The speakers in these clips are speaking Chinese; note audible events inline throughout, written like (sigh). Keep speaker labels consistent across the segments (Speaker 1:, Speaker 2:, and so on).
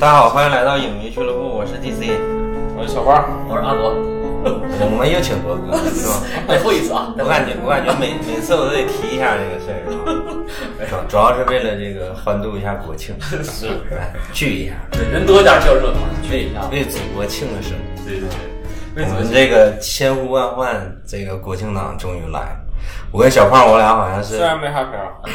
Speaker 1: 大家好，欢迎来到影迷俱乐部，我是 DC，
Speaker 2: 我是小花，
Speaker 3: 我是阿国，
Speaker 1: 我们又请博
Speaker 3: (laughs)
Speaker 1: 哥是吧？
Speaker 3: 再说一次啊！
Speaker 1: 我感觉，我感觉每每次我都得提一下这个事儿啊，主主要是为了这个欢度一下国庆，
Speaker 3: (laughs) 是，
Speaker 1: 哎聚一下，
Speaker 3: 对，人多点儿就热闹，聚一下。
Speaker 1: 为祖国庆个生。
Speaker 3: 对对对，为
Speaker 1: 我
Speaker 3: 什
Speaker 1: 们
Speaker 3: 么？
Speaker 1: 这个千呼万唤，这个国庆档终于来了。我跟小胖，我俩好像是
Speaker 2: 虽，然没啥片儿，
Speaker 3: 嗯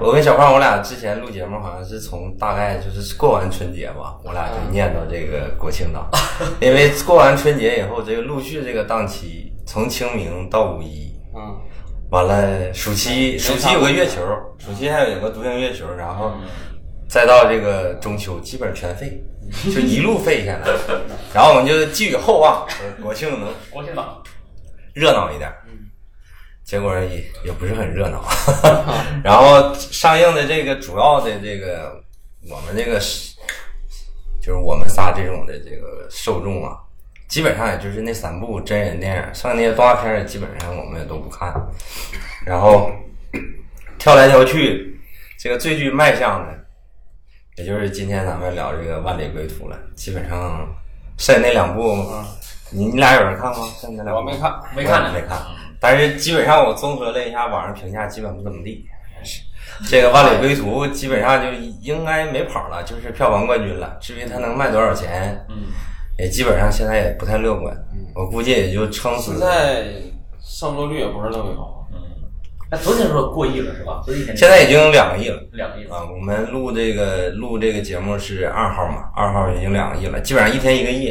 Speaker 1: 我跟小胖，我俩之前录节目好像是从大概就是过完春节吧，我俩就念叨这个国庆档， (laughs) 因为过完春节以后，这个陆续这个档期从清明到五一，
Speaker 2: 嗯，
Speaker 1: 完了，暑期暑期有个月球，暑期还有个独行月球，然后再到这个中秋，基本全废，就一路废下来。 (laughs) 然后我们就寄予厚望，呃国庆能
Speaker 3: 国庆档，
Speaker 1: 热闹一点。
Speaker 2: 嗯
Speaker 1: 结果也也不是很热
Speaker 2: (laughs)
Speaker 1: 闹。然后上映的这个主要的这个我们这个是就是我们仨这种的这个受众啊，基本上也就是那三部真人电影，剩下那些动画片儿基本上我们也都不看。然后跳来跳去，这个最具卖相的，也就是今天咱们聊这个《万里归途》了。基本上剩下那两部，你你俩有人看吗？剩下那两部
Speaker 2: 啊我没看，
Speaker 3: 没看呢
Speaker 1: 没看。但是基本上我综合了一下网上评价，基本不怎么地。这个《万里归途》基本上就应该没跑了，就是票房冠军了。至于它能卖多少钱，嗯，也基本上现在也不太乐观。我估计也就撑死
Speaker 2: 现。在上座率也不是特别高，
Speaker 3: 哎，昨天说过亿了是吧？昨天
Speaker 1: 现在已经两个亿了
Speaker 3: 两个亿了，
Speaker 1: 啊！我们录这个录这个节目是二号嘛，二号已经两个亿了，基本上一天一个亿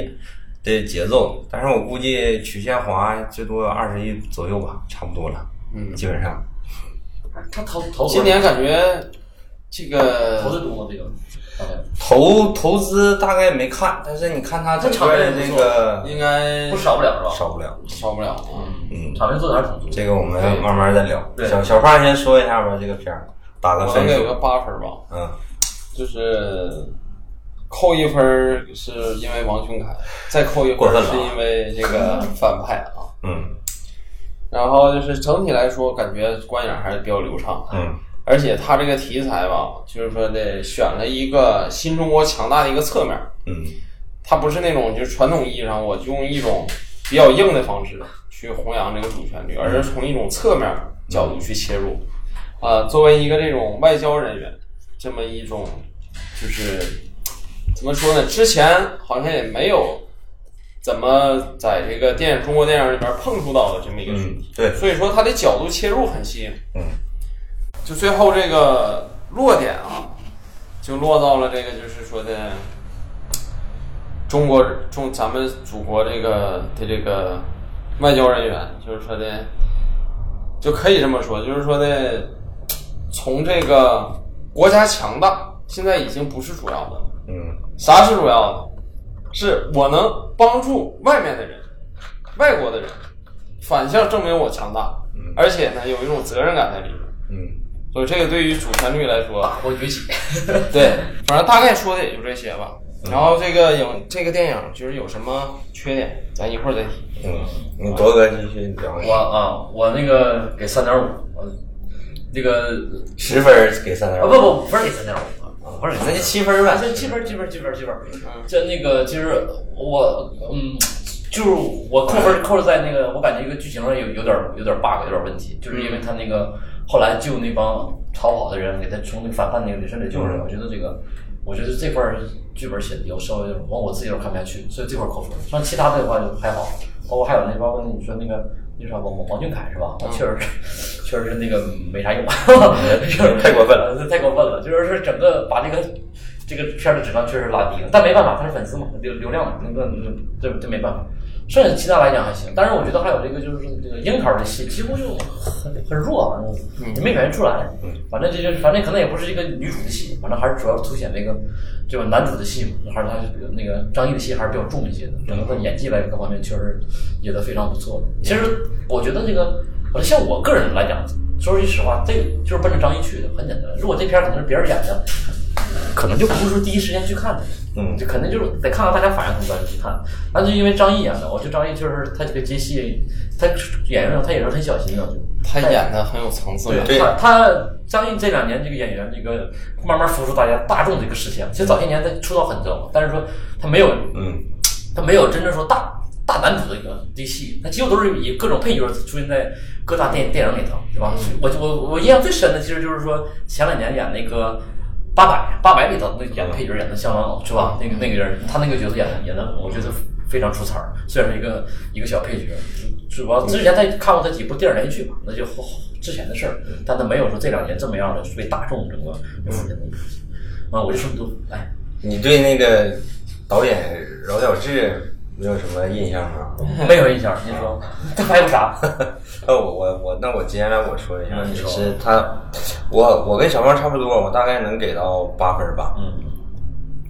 Speaker 1: 的节奏。但是我估计曲线滑最多二十亿左右吧，差不多了。
Speaker 2: 嗯，
Speaker 1: 基本上
Speaker 3: 他投投
Speaker 2: 今年感觉这
Speaker 3: 投
Speaker 2: 个
Speaker 3: 的多吗？这个大概
Speaker 1: 投投资大概没看，但是你看他整个的这个
Speaker 2: 应该
Speaker 3: 不少不了是吧？
Speaker 1: 少不了。
Speaker 2: 少不了啊，
Speaker 1: 嗯，
Speaker 3: 场面做的还是挺足。
Speaker 1: 这个我们慢慢再聊。
Speaker 3: 对
Speaker 1: 小小胖先说一下吧，这个片儿打个
Speaker 2: 我
Speaker 1: 分
Speaker 2: 大概有个
Speaker 1: 数。
Speaker 2: 八分吧，
Speaker 1: 嗯，
Speaker 2: 就是扣一分儿是因为王俊凯，再扣一分
Speaker 1: 过分
Speaker 2: 儿
Speaker 1: 了啊
Speaker 2: 是因为这
Speaker 3: (laughs)
Speaker 2: 个反派啊，
Speaker 1: 嗯
Speaker 2: 然后就是整体来说感觉观影还是比较流畅，
Speaker 1: 嗯
Speaker 2: 而且他这个题材吧，就是说这选了一个新中国强大的一个侧面儿，
Speaker 1: 嗯
Speaker 2: 它不是那种就是传统意义上我就用一种比较硬的方式去弘扬这个主旋律，而是从一种侧面儿角度去切入。啊、作为一个这种外交人员，这么一种就是怎么说呢？之前好像也没有怎么在这个电影中国电影里边碰触到的这么一个群体。
Speaker 1: 嗯，对，
Speaker 2: 所以说它的角度切入很新颖。
Speaker 1: 嗯，
Speaker 2: 就最后这个落点啊，就落到了这个就是说的中国中咱们祖国这个的这个外交人员，就是说的就可以这么说，就是说的从这个国家强大，现在已经不是主要的了。
Speaker 1: 嗯
Speaker 2: 啥是主要的？是我能帮助外面的人，外国的人，反向证明我强大，而且呢有一种责任感在里面。
Speaker 1: 嗯
Speaker 2: 所以这个对于主旋律来说，
Speaker 3: 大国崛起，
Speaker 2: 对，反正大概说的也就这些吧。然后这个影这个电影就是有什么缺点，咱一会儿再提。
Speaker 1: 嗯，你博哥继续聊一
Speaker 3: 我
Speaker 1: 下。
Speaker 3: 啊，我那个给三点五，我那个
Speaker 1: 十分儿给三点
Speaker 3: 啊
Speaker 1: 五
Speaker 3: 不，不不是给三点五，不是给
Speaker 1: 那就
Speaker 3: 三点
Speaker 1: 七分儿
Speaker 3: 啊，
Speaker 1: 呗。
Speaker 3: 这积分积分积分积分，这那个就是我嗯，就是我扣分扣在那个，我感觉一个剧情上有有点有点 bug，有点问题，就是因为他那个后来救那帮逃跑的人，给他从那个反叛那个里身里救出来，我觉得这个。我觉得这块儿剧本写的有稍微有点往我自己有点看不下去，所以这块儿扣分。像其他的话就还好，包括还有那包括你说那个那啥王王俊凯是吧？确实是确实是那个没啥用， (laughs)
Speaker 1: 太过分了。
Speaker 3: 呃，太过分了，就是说整个把这个这个片儿的质量确实拉低了，但没办法，他是粉丝嘛，流流量嘛，那个那这这没办法。剩下其他来讲还行，但是我觉得还有这个就是这个樱桃的戏几乎就很很弱，反
Speaker 1: 嗯
Speaker 3: 正你没感觉出来。反正这就是反正可能也不是一个女主的戏，反正还是主要凸显这个这个男主的戏嘛，还是他是比较那个张译的戏还是比较重一些的。整个
Speaker 1: 嗯
Speaker 3: 演技来各方面确实也都非常不错。其实我觉得这个，反正呃像我个人来讲，说句实话，这个就是奔着张译去的，很简单。如果这片儿可能是别人演的，可能就不是说第一时间去看的。
Speaker 1: 嗯
Speaker 3: 就肯定就是得看看大家反应什么咱去看。那就因为张译演的，我觉得张译就是他这个接戏，他演员他也是很小心的，就
Speaker 2: 他演的很有层次感。
Speaker 1: 对
Speaker 3: 他他张译这两年这个演员这个慢慢浮出大家大众的一个视线。其实早些年他出道很早，但是说他没有
Speaker 1: 嗯，
Speaker 3: 他没有真正说大大男主的一个的戏，他几乎都是以各种配角出现在各大电电影里头，对吧？我我我印象最深的其实就是说前两年演那个。八百八百里头那演的配角演的相当好，是吧？那个那个人，他那个角色演的演的，我觉得非常出彩儿。虽然是一个一个小配角，主要之前他看过他几部电视连续剧嘛，那就后之前的事儿，但他没有说这两年这么样的被大众整个出现的一个啊，我就说不多，哎，
Speaker 1: 你对那个导演饶晓志你有什么印象吗？
Speaker 3: 没有印象，你说他拍过啥？
Speaker 1: 呃，我我我，那我接下来我说一下，
Speaker 3: 嗯你
Speaker 1: 就
Speaker 3: 说
Speaker 1: 是他，我我跟小胖差不多，我大概能给到八分吧。
Speaker 3: 嗯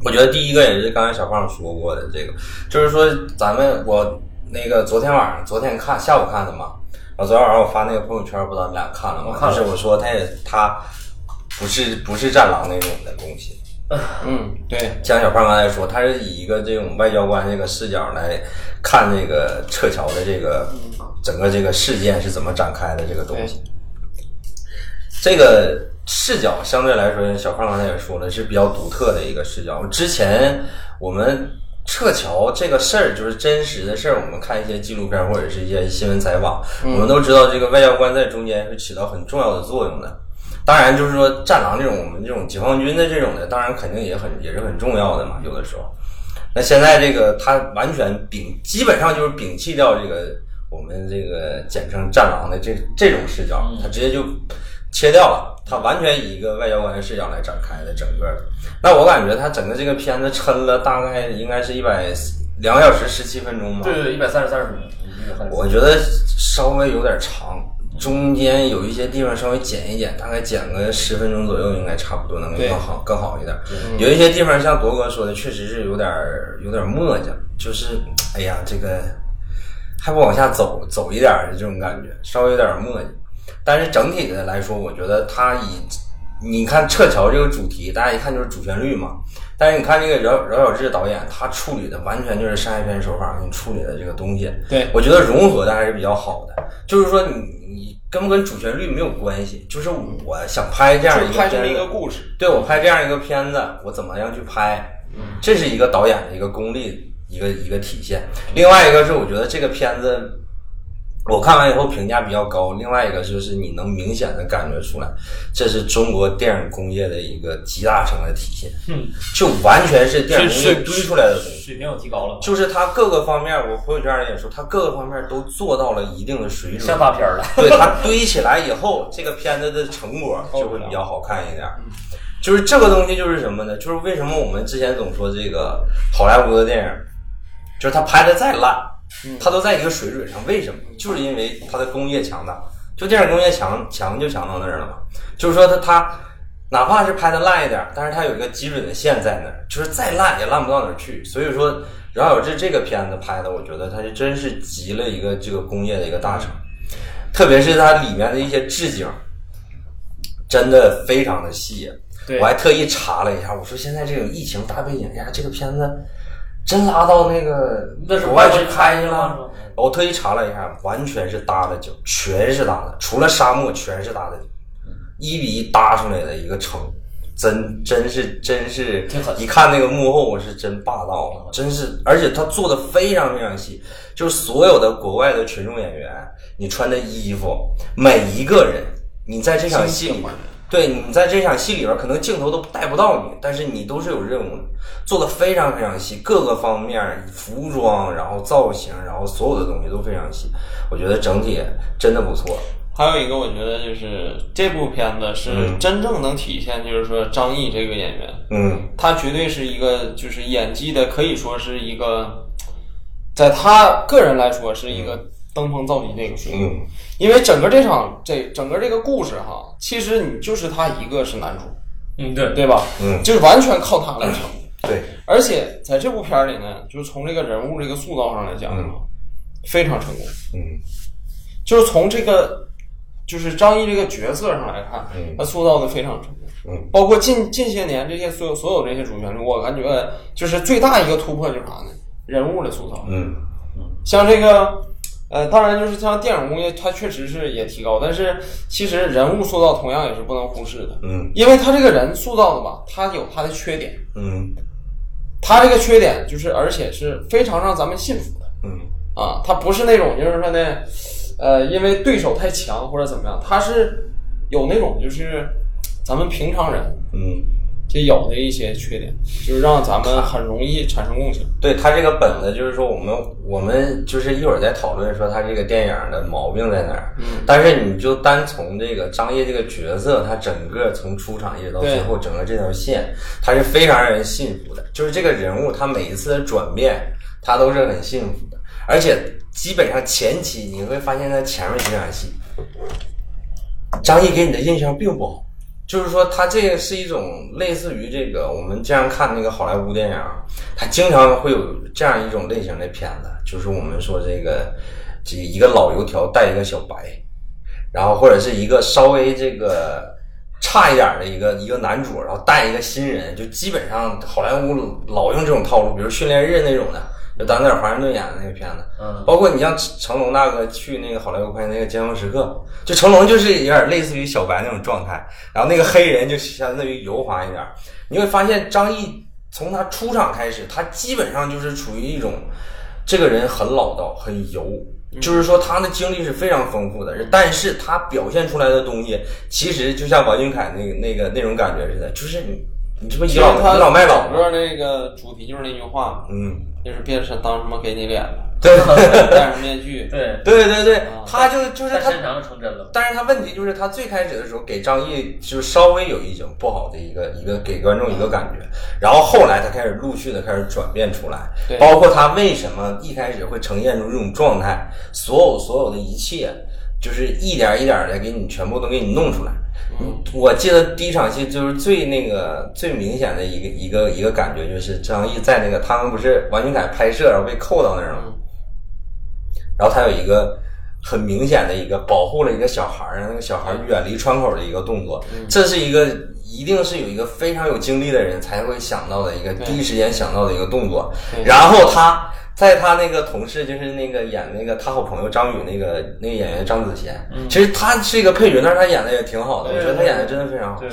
Speaker 1: 我觉得第一个也是刚才小胖说过的，这个就是说咱们我那个昨天晚上昨天看下午看的嘛，然后昨天晚上我发那个朋友圈，不知道你俩看了吗？
Speaker 3: 我看了
Speaker 1: 就是我说他也他不是不是战狼那种的东西，
Speaker 2: 嗯，对，
Speaker 1: 像小胖刚才说，他是以一个这种外交官这个视角来看这个撤侨的这个整个这个事件是怎么展开的这个东西。这个视角相对来说，小胖刚才也说了，是比较独特的一个视角。之前我们撤侨这个事儿，就是真实的事儿，我们看一些纪录片或者是一些新闻采访，我们都知道这个外交官在中间是起到很重要的作用的。当然，就是说战狼这种我们这种解放军的这种的，当然肯定也很也是很重要的嘛，有的时候。那现在这个他完全摒，基本上就是摒弃掉这个我们这个简称“战狼”的这这种视角，他直接就切掉了。他完全以一个外交官的视角来展开的整个的。那我感觉他整个这个片子抻了大概应该是一百两个小时十七分钟吧。
Speaker 3: 对对，一百三十三十分钟，130
Speaker 1: 我觉得稍微有点长，中间有一些地方稍微剪一剪，大概剪个十分钟左右，应该差不多能
Speaker 2: 对
Speaker 1: 更好更好一点。有一些地方像铎哥说的，确实是有点儿有点儿磨叽，就是哎呀，这个还不往下走走一点儿的这种感觉，稍微有点儿磨叽。但是整体的来说，我觉得他以你看撤侨这个主题，大家一看就是主旋律嘛。但是你看这个饶饶晓志导演，他处理的完全就是商业片手法给你处理的这个东西，
Speaker 2: 对
Speaker 1: 我觉得融合的还是比较好的。就是说你你跟不跟主旋律没有关系，就是我想拍这样
Speaker 2: 就
Speaker 1: 一
Speaker 2: 是
Speaker 1: 个
Speaker 2: 拍这么
Speaker 1: 片
Speaker 2: 一个
Speaker 1: 子，
Speaker 2: 故事。
Speaker 1: 对我拍这样一个片子，我怎么样去拍，
Speaker 2: 嗯
Speaker 1: 这是一个导演的一个功力，一个一个体现。另外一个是我觉得这个片子。我看完以后评价比较高，另外一个就是你能明显的感觉出来，这是中国电影工业的一个集大成的体现，
Speaker 3: 嗯，
Speaker 1: 就完全是电影工
Speaker 3: 是是
Speaker 1: 业堆出来的东西。
Speaker 3: 水平又提高了，
Speaker 1: 就是他各个方面，我朋友圈里也说，他各个方面都做到了一定的水准
Speaker 3: 像。大片儿了。
Speaker 1: 对他堆起来以后，这个片子的成果就会比较好看一点。就是这个东西就是什么呢？就是为什么我们之前总说这个好莱坞的电影，就是他拍的再烂，他都在一个水准上。为什么？就是因为他的工业强大，就电影工业强强就强到那儿了嘛。就是说他他哪怕是拍的烂一点，但是他有一个基准的线在那儿，就是再烂也烂不到哪儿去。所以说，饶晓志这个片子拍的，我觉得他是真是集了一个这个工业的一个大成。特别是它里面的一些置景，真的非常的细。
Speaker 2: 对
Speaker 1: 我还特意查了一下，我说现在这种疫情大背景下，这个片子真拉到那个
Speaker 3: 那是
Speaker 1: 国外去
Speaker 3: 外国
Speaker 1: 拍去
Speaker 3: 去看是
Speaker 1: 了
Speaker 3: 吧。
Speaker 1: 我特意查了一下，完全是搭的景，全是搭的，除了沙漠全是搭的景，一比一搭出来的一个城，真真是真是
Speaker 3: 挺狠，
Speaker 1: 一看那个幕后我是真霸道了，真是，而且他做的非常非常细，就是所有的国外的群众演员，你穿的衣服，每一个人，你在这场戏里
Speaker 2: 心
Speaker 1: 面
Speaker 2: 情。
Speaker 1: 对你在这场戏里边，可能镜头都带不到你，但是你都是有任务的，做的非常非常细，各个方面，服装，然后造型，然后所有的东西都非常细。我觉得整体真的不错。
Speaker 2: 还有一个，我觉得就是这部片子是真正能体现，就是说张译这个演员，
Speaker 1: 嗯，
Speaker 2: 他绝对是一个就是演技的，可以说是一个，在他个人来说是一个登峰造极的一个水平。
Speaker 1: 嗯
Speaker 2: 因为整个这场这整个这个故事哈，其实你就是他一个是男主，
Speaker 3: 嗯，对，
Speaker 2: 对吧？
Speaker 1: 嗯
Speaker 2: 就是完全靠他来撑。
Speaker 1: 对，
Speaker 2: 而且在这部片儿里呢，就是从这个人物这个塑造上来讲的话，非常成功。
Speaker 1: 嗯
Speaker 2: 就是从这个就是张译这个角色上来看，
Speaker 1: 嗯
Speaker 2: 他塑造的非常成功。
Speaker 1: 嗯，
Speaker 2: 包括近近些年这些所有所有这些主旋律，我感觉就是最大一个突破就是啥呢？人物的塑造，
Speaker 1: 嗯
Speaker 2: 像这个，呃，当然就是像电影工业，它确实是也提高，但是其实人物塑造同样也是不能忽视的，
Speaker 1: 嗯
Speaker 2: 因为他这个人塑造的吧，他有他的缺点，
Speaker 1: 嗯
Speaker 2: 他这个缺点就是而且是非常让咱们信服的
Speaker 1: 嗯
Speaker 2: 啊，他不是那种就是说呢，呃，因为对手太强或者怎么样，他是有那种就是咱们平常人
Speaker 1: 嗯，
Speaker 2: 就有的一些缺点，就是让咱们很容易产生共情。
Speaker 1: 对他这个本子，就是说我们我们就是一会儿再讨论说他这个电影的毛病在哪儿。
Speaker 2: 嗯，
Speaker 1: 但是你就单从这个张掖这个角色，他整个从出场一直到最后，整个这条线，他是非常让人信服的。就是这个人物，他每一次的转变，他都是很信服的。而且基本上前期你会发现，他前面几场戏，张译给你的印象并不好。就是说，他这个是一种类似于这个我们经常看那个好莱坞电影啊，他经常会有这样一种类型的片子，就是我们说这个这一个老油条带一个小白，然后或者是一个稍微这个差一点的一个一个男主，然后带一个新人，就基本上好莱坞老用这种套路，比如《训练日》那种的，就丹尼尔·华盛顿演的那个片子，
Speaker 3: 嗯
Speaker 1: 包括你像成龙大哥去那个好莱坞拍那个《尖峰时刻》，就成龙就是有点类似于小白那种状态，然后那个黑人就相对于油滑一点儿，你会发现张译从他出场开始，他基本上就是处于一种这个人很老道、很油，就是说他的经历是非常丰富的，但是他表现出来的东西，其实就像王俊凯那个那个那种感觉似的，就是你你这不倚
Speaker 2: 其实
Speaker 1: 老
Speaker 2: 他
Speaker 1: 倚老卖老
Speaker 2: 整
Speaker 1: 吗？
Speaker 2: 个那个主题就是那句话嘛，
Speaker 1: 嗯，
Speaker 2: 就是别是当什么给你脸了，
Speaker 1: 对
Speaker 2: 戴上面具，
Speaker 3: (laughs) 对，
Speaker 1: 对对对
Speaker 2: 啊，
Speaker 1: 他就就是
Speaker 3: 但
Speaker 1: 他
Speaker 3: 身上成真了。
Speaker 1: 但是他问题就是他最开始的时候给张译就是稍微有一种不好的一个一个给观众一个感觉，然后后来他开始陆续的开始转变出来
Speaker 2: 对，
Speaker 1: 包括他为什么一开始会呈现出这种状态，所有所有的一切就是一点一点的给你全部都给你弄出来。
Speaker 2: 嗯
Speaker 1: 嗯我记得第一场戏就是最那个最明显的一个一个一个感觉就是张译在那个他们不是王俊凯拍摄然后被扣到那儿吗？
Speaker 2: 嗯
Speaker 1: 然后他有一个很明显的一个保护了一个小孩儿，让那个小孩儿远离窗口的一个动作，
Speaker 2: 嗯
Speaker 1: 这是一个一定是有一个非常有经历的人才会想到的一个第一时间想到的一个动作。
Speaker 2: 对
Speaker 1: 然后他在他那个同事就是那个演那个他好朋友张宇那个那个演员张子贤，其实他是一个配角，但是他演的也挺好的，我觉得他演的真的非常好。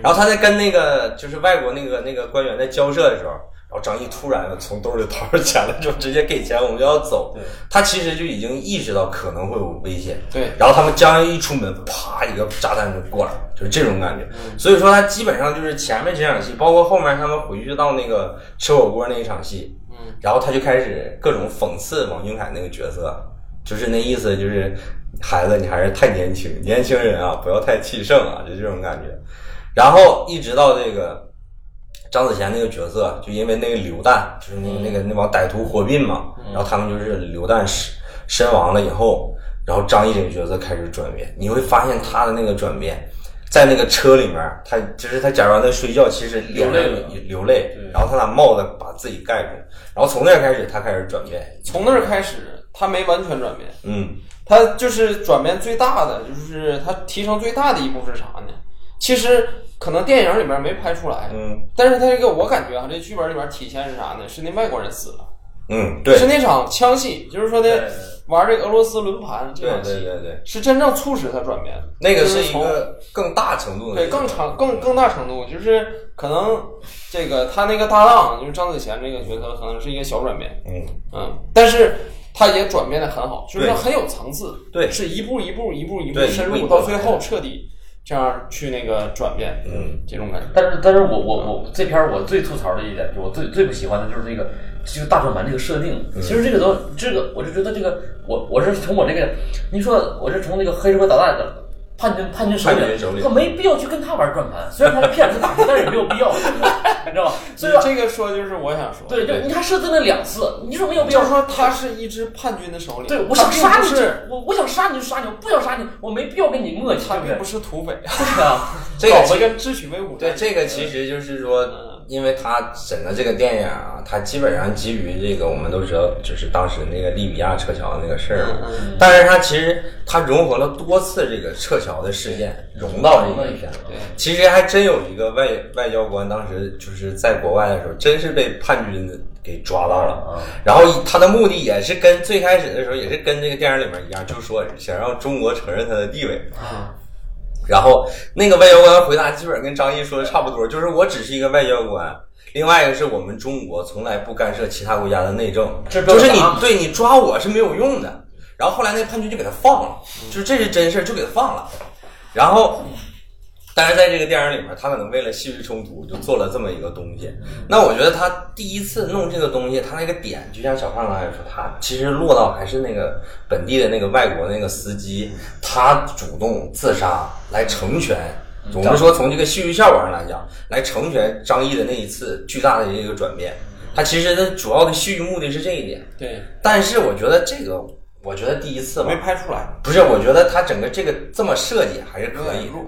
Speaker 1: 然后他在跟那个就是外国那个那个官员在交涉的时候，然后张译突然从兜里掏出钱来，就直接给钱，我们就要走
Speaker 3: 对。
Speaker 1: 他其实就已经意识到可能会有危险，
Speaker 2: 对
Speaker 1: 然后他们将一出门，啪，一个炸弹就过来，就是这种感觉。所以说，他基本上就是前面这场戏，包括后面他们回去到那个吃火锅那一场戏，
Speaker 2: 嗯，
Speaker 1: 然后他就开始各种讽刺王俊凯那个角色，就是那意思就是孩子，你还是太年轻，年轻人啊，不要太气盛啊，就这种感觉。然后一直到这个张子贤那个角色，就因为那个流弹，就是那个那个那帮歹徒火并嘛，然后他们就是流弹身身亡了以后，然后张译这个角色开始转变，你会发现他的那个转变，在那个车里面，他就是他假装在睡觉，其实脸上
Speaker 3: 流泪了
Speaker 1: 流泪
Speaker 3: 对，
Speaker 1: 然后他拿帽子把自己盖住，然后从那儿开始他开始转变，
Speaker 2: 从那儿开始，他没完全转变，
Speaker 1: 嗯
Speaker 2: 他就是转变最大的，就是他提升最大的一步是啥呢？其实可能电影里面没拍出来，
Speaker 1: 嗯
Speaker 2: 但是他这个我感觉啊，这剧本里面体现是啥呢？是那外国人死了，
Speaker 1: 嗯，对
Speaker 2: 是那场枪戏，就是说呢，玩这个俄罗斯轮盘这
Speaker 1: 对
Speaker 2: 场戏，
Speaker 1: 对对对，
Speaker 2: 是真正促使他转变的。
Speaker 1: 那个
Speaker 2: 就是
Speaker 1: 一
Speaker 2: 从
Speaker 1: 个更大程度的
Speaker 2: 对，
Speaker 1: 一个
Speaker 2: 更长、更更大程度，就是可能这个他那个搭档就是张子贤这个角色，可能是一个小转变，
Speaker 1: 嗯。
Speaker 2: 嗯，但是他也转变的很好，就是
Speaker 1: 对
Speaker 2: 很有层次，
Speaker 1: 对
Speaker 2: 是一步一步一步一步
Speaker 1: 对
Speaker 2: 深
Speaker 1: 一步一
Speaker 2: 入
Speaker 1: 步
Speaker 2: 到最后彻底这样去那个转变，
Speaker 1: 嗯，
Speaker 2: 这种感觉，
Speaker 3: 但是，但是我我我这片儿我最吐槽的一点，就我最最不喜欢的就是这个这个大转盘这个设定。其实这个都这个，我就觉得这个我我是从我这个，你说我是从这个黑社会导弹的叛军叛军手
Speaker 1: 叛军手
Speaker 3: 里，
Speaker 1: 里
Speaker 3: 他没必要去跟他玩转盘。虽然他是骗子打劫，但是也没有必要，你知道吧？所以说，
Speaker 2: 这个说就是我想说，
Speaker 3: 对，就你看设定了两次，你说没有必
Speaker 2: 就
Speaker 3: 要
Speaker 2: 是说他是一支叛军的首领，
Speaker 3: 对，我
Speaker 2: 他
Speaker 3: 想
Speaker 2: 并
Speaker 3: 杀
Speaker 2: 不，，
Speaker 3: 你就是我我想杀你就杀你，我不想杀你，我没必要跟你磨叽，
Speaker 2: 他
Speaker 3: 对
Speaker 2: 并不
Speaker 3: 不对？
Speaker 2: 是土匪，
Speaker 3: (laughs) 不是啊，
Speaker 1: 这个
Speaker 2: (laughs) 搞
Speaker 1: 其
Speaker 2: 了一个智取威虎
Speaker 1: 对
Speaker 2: 战，
Speaker 1: 这个其实就是说，
Speaker 2: 嗯
Speaker 1: 因为他整个这个电影啊，他基本上基于这个我们都知道，就是当时那个利比亚撤侨那个事儿嘛。但是他其实他融合了多次这个撤侨的事件，融到这个片子。其实还真有一个外外交官，当时就是在国外的时候，真是被叛军给抓到了。然后他的目的也是跟最开始的时候也是跟这个电影里面一样，就是说想让中国承认他的地位。
Speaker 2: 啊，
Speaker 1: 然后那个外交官回答基本上跟张毅说的差不多，就是我只是一个外交官。另外一个是我们中国从来不干涉其他国家的内政，
Speaker 3: 这
Speaker 1: 就
Speaker 3: 标
Speaker 1: 是
Speaker 3: 准
Speaker 1: 你
Speaker 3: 啊
Speaker 1: 对你抓我是没有用的。然后后来那个叛军就给他放了，就是这是真事儿，就给他放了。然后，但是在这个电影里面，他可能为了戏剧冲突就做了这么一个东西。那我觉得他第一次弄这个东西，他那个点就像小胖刚才说，他其实落到还是那个本地的那个外国那个司机，他主动自杀来成全。我们说从这个戏剧效果上来讲，来成全张译的那一次巨大的一个转变。他其实的主要的戏剧目的是这一点，
Speaker 2: 对，
Speaker 1: 但是我觉得这个，我觉得第一次吧
Speaker 2: 没，拍出来，
Speaker 1: 不是，我觉得他整个这个这么设计还是可以
Speaker 2: 有点弱，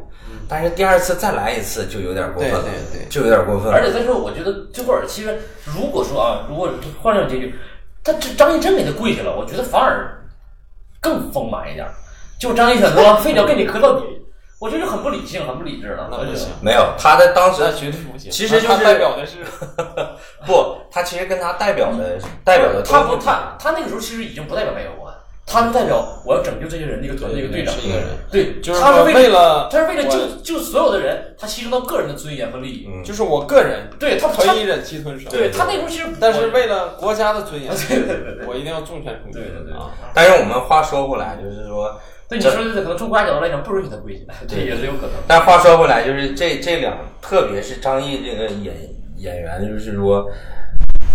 Speaker 1: 但是第二次再来一次就有点过分了，
Speaker 2: 嗯对对对
Speaker 1: 就有点过分
Speaker 3: 而
Speaker 1: 了。
Speaker 3: 且再说，我觉得这会儿其实如果说啊，如果换上结局，他这张译真给他跪下了，我觉得反而更丰满一点儿。就张译选择了非得要跟你磕到底，我觉得就很不理性，很不理智了。
Speaker 2: 那不行，
Speaker 1: 没有，他在当时
Speaker 2: 那绝对不行。
Speaker 1: 其实就是
Speaker 2: 他代表的是，
Speaker 1: (laughs) 不，他其实跟他代表的代表的
Speaker 3: 他不，
Speaker 1: 东西
Speaker 3: 他他那个时候其实已经不代表外交官，他就代表我要拯救这些人的一个团队、一个队长，
Speaker 2: 是一个人
Speaker 3: 对，
Speaker 2: 就是
Speaker 3: 他
Speaker 2: 说
Speaker 3: 是
Speaker 2: 为
Speaker 3: 了，
Speaker 2: 了，
Speaker 3: 他是为了
Speaker 2: 我，
Speaker 3: 救救所有的人，他牺牲到个人的尊严和利益。
Speaker 1: 嗯
Speaker 2: 就是我个人，
Speaker 3: 对他，他
Speaker 2: 可以忍气吞声，
Speaker 3: 对他那时候其实不，
Speaker 2: 但是
Speaker 3: (laughs)
Speaker 2: 为了国家的尊严，
Speaker 3: 对对对对
Speaker 2: 我一定要重拳出击。
Speaker 3: 对对对
Speaker 2: 啊，
Speaker 1: 但是我们话说回来，就是说，
Speaker 3: 对你说的可能从国家角度来讲，不允许他跪下，这
Speaker 1: 对
Speaker 3: 也是有可能。
Speaker 1: 但话说回来，就是这这两，特别是张译这个演演员，就是说，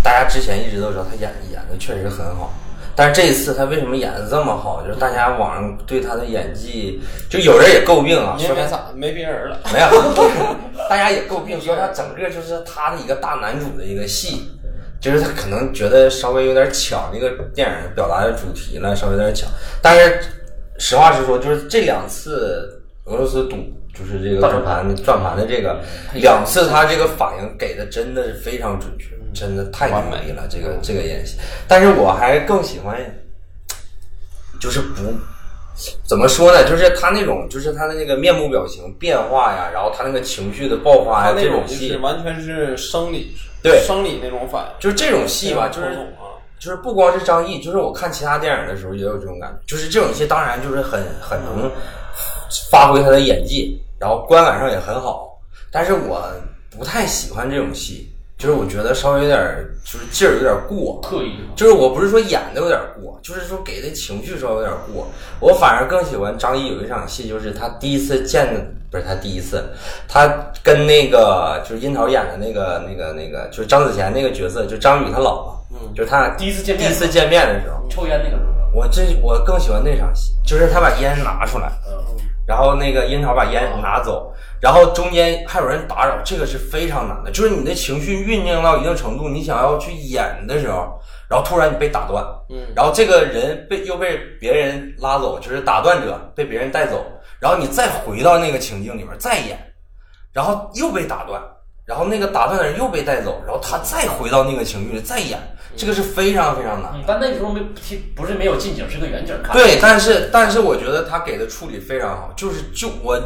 Speaker 1: 大家之前一直都知道他演演的确实很好，但是这一次他为什么演的这么好？就是大家网上对他的演技，就有人也诟病啊，
Speaker 2: 因
Speaker 1: 说
Speaker 2: 为
Speaker 1: 他
Speaker 2: 咋没别人了？
Speaker 1: 没有，大家也诟病说他整个就是他的一个大男主的一个戏，就是他可能觉得稍微有点抢这个电影表达的主题了，稍微有点抢。但是实话实说，就是这两次俄罗斯赌，就是这个转盘转盘的这个
Speaker 2: 嗯
Speaker 1: 两次，他这个反应给的真的是非常准确，真的太
Speaker 2: 嗯完
Speaker 1: 牛
Speaker 2: 美
Speaker 1: 逼了，这个这个演戏。但是我还更喜欢，就是不怎么说呢？就是他那种，就是他的那个面部表情变化呀，然后他那个情绪的爆发
Speaker 2: 他
Speaker 1: 呀，
Speaker 2: 那
Speaker 1: 哎这
Speaker 2: 种
Speaker 1: 种
Speaker 2: 就
Speaker 1: 戏
Speaker 2: 是，完全是生理，
Speaker 1: 对
Speaker 2: 生理那种反应，
Speaker 1: 就是这种戏吧，就
Speaker 2: 这
Speaker 1: 是
Speaker 2: 种啊，
Speaker 1: 就是不光是张译，就是我看其他电影的时候也有这种感觉，就是这种戏当然就是很很能发挥他的演技，然后观感上也很好，但是我不太喜欢这种戏，就是我觉得稍微有点儿就是劲儿有点儿过，
Speaker 3: 刻意
Speaker 1: 就是我不是说演的有点过，就是说给的情绪稍微有点过。我反而更喜欢张译有一场戏，就是他第一次见，不是他第一次，他跟那个就是樱桃演的那个那个那个，就是张子贤那个角色，就张宇他姥姥，嗯，就是他俩
Speaker 3: 第一次见
Speaker 1: 第
Speaker 3: 面
Speaker 1: 一次见面的时候，
Speaker 3: 抽烟那个时候，
Speaker 1: 我真我更喜欢那场戏，就是他把烟拿出来，
Speaker 3: 嗯，
Speaker 1: 然后那个樱桃把烟拿走，然后中间还有人打扰，这个是非常难的。就是你的情绪酝酿到一定程度，你想要去演的时候，然后突然你被打断，
Speaker 2: 嗯
Speaker 1: 然后这个人被又被别人拉走，就是打断者被别人带走，然后你再回到那个情境里面再演，然后又被打断，然后那个打断的人又被带走，然后他再回到那个情绪里再演，这个是非常非常难的。
Speaker 3: 嗯但那时候没其不是没有近景，是个远景看。
Speaker 1: 对，但是但是我觉得他给的处理非常好，就是就我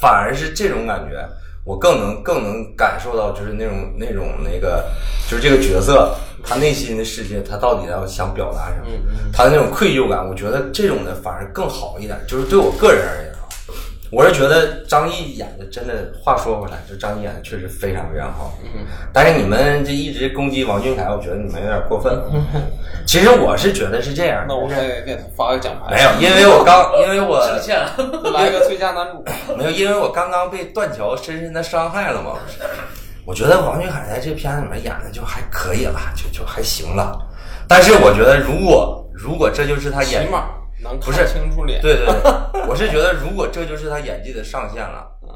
Speaker 1: 反而是这种感觉，我更能更能感受到就是那种那种那个就是这个角色他内心的世界，他到底要想表达什么，他的那种愧疚感，我觉得这种的反而更好一点，就是对我个人而言啊，我是觉得张译演的真的，话说回来，就张译演的确实非常非常好。嗯，但是你们这一直攻击王俊凯，我觉得你们有点过分了。其实我是觉得是这样，
Speaker 2: 那我再
Speaker 1: 嗯
Speaker 2: 给他发个奖牌，
Speaker 1: 没有，因为我刚，因为我
Speaker 3: 呈现了。
Speaker 2: 来个最佳男主，
Speaker 1: 没有，因为我刚刚被断桥深深的伤害了嘛。不是我觉得王俊凯在这片子里面演的就还可以了，就就还行了。但是我觉得，如果如果这就是他 (laughs) 演
Speaker 2: 起，码能
Speaker 1: 不是
Speaker 2: 看清楚脸。
Speaker 1: 对对
Speaker 2: (laughs)
Speaker 1: 对，我是觉得如果这就是他演技的上限了，
Speaker 2: 嗯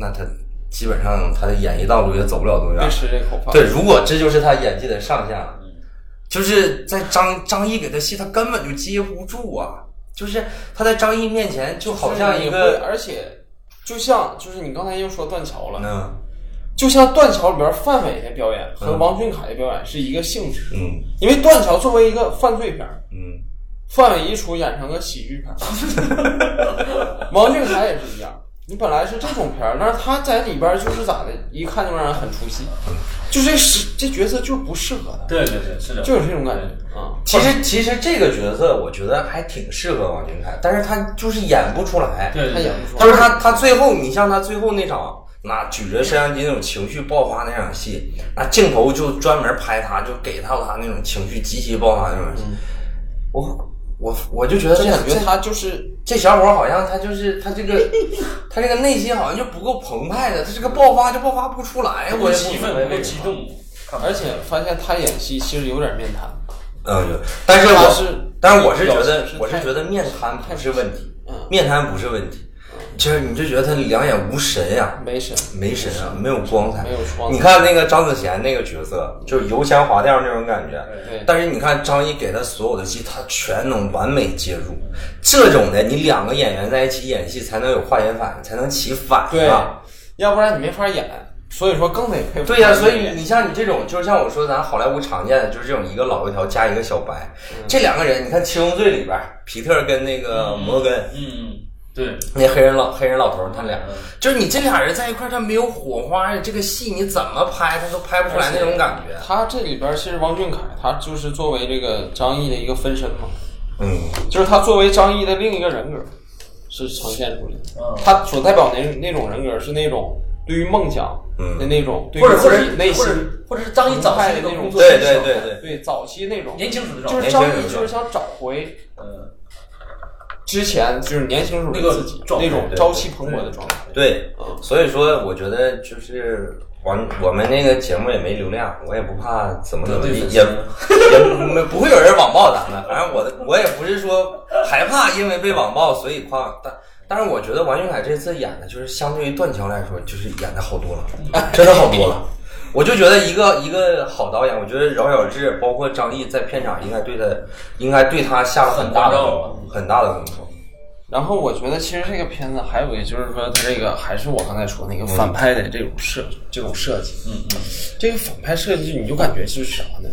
Speaker 1: 那他基本上他的演艺道路也走不了多远
Speaker 2: 别。吃这口饭。
Speaker 1: 对，如果这就是他演技的上限了，就是在张张译给他戏，他根本就接不住啊。就是他在张译面前就好像一
Speaker 2: 就是你会
Speaker 1: 个，
Speaker 2: 而且就像就是你刚才又说断桥了，
Speaker 1: 嗯，
Speaker 2: 就像断桥里边范伟的表演和王俊凯的表演是一个性质，
Speaker 1: 嗯
Speaker 2: 因为断桥作为一个犯罪片儿，
Speaker 1: 嗯
Speaker 2: 范伟一出演成个喜剧片儿，王俊凯也是一样。你本来是这种片儿，但是他在里边就是咋的，一看就让人很出戏，就这是这角色就是不适合他，
Speaker 3: 对对对，是的，
Speaker 2: 就是这种感觉啊。
Speaker 1: 其实其实这个角色我觉得还挺适合王俊凯，但是他就是演不出来。
Speaker 3: 对
Speaker 2: 他
Speaker 3: 对
Speaker 2: 演
Speaker 3: 对，
Speaker 2: 不出来
Speaker 1: 就是他他最后，你像他最后那场那举着摄像机那种情绪爆发那场戏，那镜头就专门拍他，就给到他那种情绪极其爆发那种戏。我我我就觉得这
Speaker 2: 就感
Speaker 1: 这
Speaker 2: 觉他就是
Speaker 1: 这小伙儿好像他就是他这个他这个内心好像就不够澎湃的，他这个爆发就爆发不出来，我
Speaker 3: 我
Speaker 1: 也
Speaker 3: 气
Speaker 1: 不
Speaker 3: 愤，
Speaker 1: 明白
Speaker 3: 我
Speaker 1: 为
Speaker 3: 激
Speaker 1: 啥。
Speaker 3: 动，看
Speaker 2: 而且发现他演戏其实有点面瘫，
Speaker 1: 嗯，有但是我
Speaker 2: 他是
Speaker 1: 但是我是觉
Speaker 2: 表
Speaker 1: 得
Speaker 2: 现是
Speaker 1: 我是
Speaker 2: 太
Speaker 1: 觉得面瘫不是问题
Speaker 2: 嗯，
Speaker 1: 面瘫不是问题，就是你就觉得他两眼无神呀、
Speaker 2: 没神。
Speaker 1: 没神啊，没有光彩。
Speaker 2: 没有光彩
Speaker 1: 你看那个张子贤那个角色，就是油腔滑调那种感觉。
Speaker 2: 对
Speaker 1: 但是你看张译给他所有的戏，他全能完美接入。这种的，你两个演员在一起演戏，才能有化学反应，才能起反
Speaker 2: 对
Speaker 1: 应啊。，
Speaker 2: 要不然你没法演。所以说更得佩服。
Speaker 1: 对呀、所以你像你这种，就是像我说咱好莱坞常见的，就是这种一个老油条加一个小白，
Speaker 2: 嗯
Speaker 1: 这两个人，你看《七宗罪》里边，皮特跟那个摩根，
Speaker 3: 嗯，对，
Speaker 1: 那黑人老黑人老头儿他俩，就是你这俩人在一块儿，他没有火花呀，这个戏你怎么拍，他都拍不出来那种感觉。
Speaker 2: 他这里边其实王俊凯他就是作为这个张译的一个分身嘛，
Speaker 1: 嗯，
Speaker 2: 就是他作为张译的另一个人格是呈现出来的。
Speaker 3: 嗯，
Speaker 2: 他所代表那那种人格是那种对于梦想
Speaker 1: 嗯
Speaker 2: 的那种，对于
Speaker 3: 或者或
Speaker 2: 自己
Speaker 3: 者
Speaker 2: 内
Speaker 3: 或
Speaker 2: 心
Speaker 3: 者或者是张译早期的一个工作，
Speaker 1: 对对对对，
Speaker 2: 对早期那种，
Speaker 3: 年轻时的时候哎
Speaker 2: 就，是张译就是想找回
Speaker 3: 嗯，
Speaker 2: 之前就是年轻时候的自己
Speaker 3: 那个状态
Speaker 2: 那种
Speaker 1: 对
Speaker 2: 朝气蓬勃的状态。
Speaker 1: 对
Speaker 2: 嗯，
Speaker 1: 所以说我觉得就是完我们那个节目也没流量，我也不怕怎么怎么地，
Speaker 3: 得罪
Speaker 1: 也也 (laughs) 没不会有人网暴咱们。反正我的我也不是说害怕，因为被网暴所以夸，但但是我觉得王俊凯这次演的就是相对于断桥来说，就是演的好多了，真的好多了。我就觉得一个一个好导演，我觉得饶晓志包括张译在片场应该对他应该对他下了很大的
Speaker 3: 很大的功
Speaker 1: 很大的功夫。
Speaker 2: 然后我觉得其实这个片子还有一个就是说，它这个还是我刚才说那个反派的这种设、这种设计，嗯嗯，这个反派设计你就感觉是啥呢？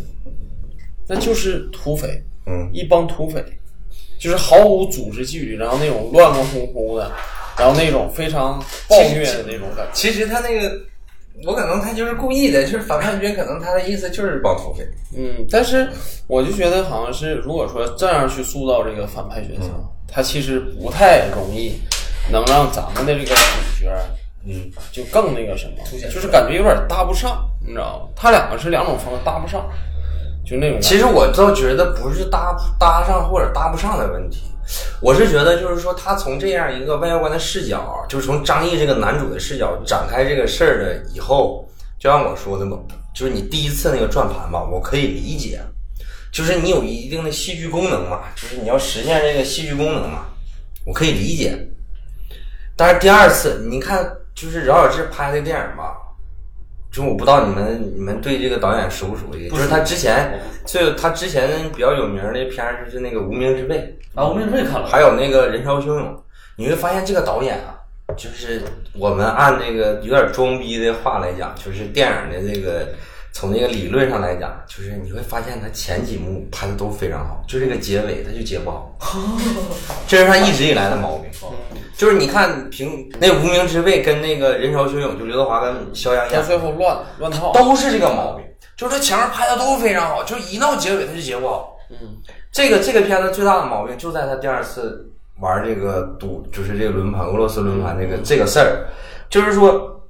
Speaker 2: 那就是土匪，
Speaker 1: 嗯
Speaker 2: 一帮土匪，就是毫无组织纪律，然后那种乱乱哄哄的，然后那种非常暴虐的那种感觉。
Speaker 1: 其实他那个，我可能他就是故意的，就是反叛军，可能他的意思就是帮土匪。
Speaker 2: 嗯，但是我就觉得好像是，如果说这样去塑造这个反派角色，
Speaker 1: 嗯
Speaker 2: 他其实不太容易能让咱们的这个主角。
Speaker 1: 嗯，
Speaker 2: 就更那个什么，就是感觉有点搭不上，你知道吗？他两个是两种风格，搭不上，就那种感觉。
Speaker 1: 其实我倒觉得不是搭搭上或者搭不上的问题，我是觉得就是说他从这样一个外交官的视角，就是从张译这个男主的视角展开这个事儿的以后，就像我说的嘛，就是你第一次那个转盘吧，我可以理解，就是你有一定的戏剧功能嘛，就是你要实现这个戏剧功能嘛，我可以理解。但是第二次，你看，就是饶晓志拍的电影吧，就是我不知道你们你们对这个导演熟不熟悉，就是他之前最他之前比较有名儿的片儿就是那个《无名之辈
Speaker 3: 啊，我们也看》，了，
Speaker 1: 还有那个《人潮汹涌》，你会发现这个导演啊，就是我们按那个有点装逼的话来讲，就是电影的这个从那个理论上来讲，就是你会发现他前几幕拍的都非常好，就这个结尾他就结不 (laughs) 好，这是他一直以来的毛病。就是你看凭那《无名之辈》跟那个《人潮汹涌》，就刘德华跟肖央
Speaker 2: 他
Speaker 1: 演，
Speaker 2: 最后乱乱套，
Speaker 1: 都是这个毛病，就是他前面拍的都非常好，就一到结尾他就结不好。
Speaker 2: 嗯，
Speaker 1: 这个这个片子最大的毛病就在他第二次玩这个赌，就是这个轮盘，俄罗斯轮盘这个
Speaker 3: 嗯
Speaker 1: 这个事儿，就是说，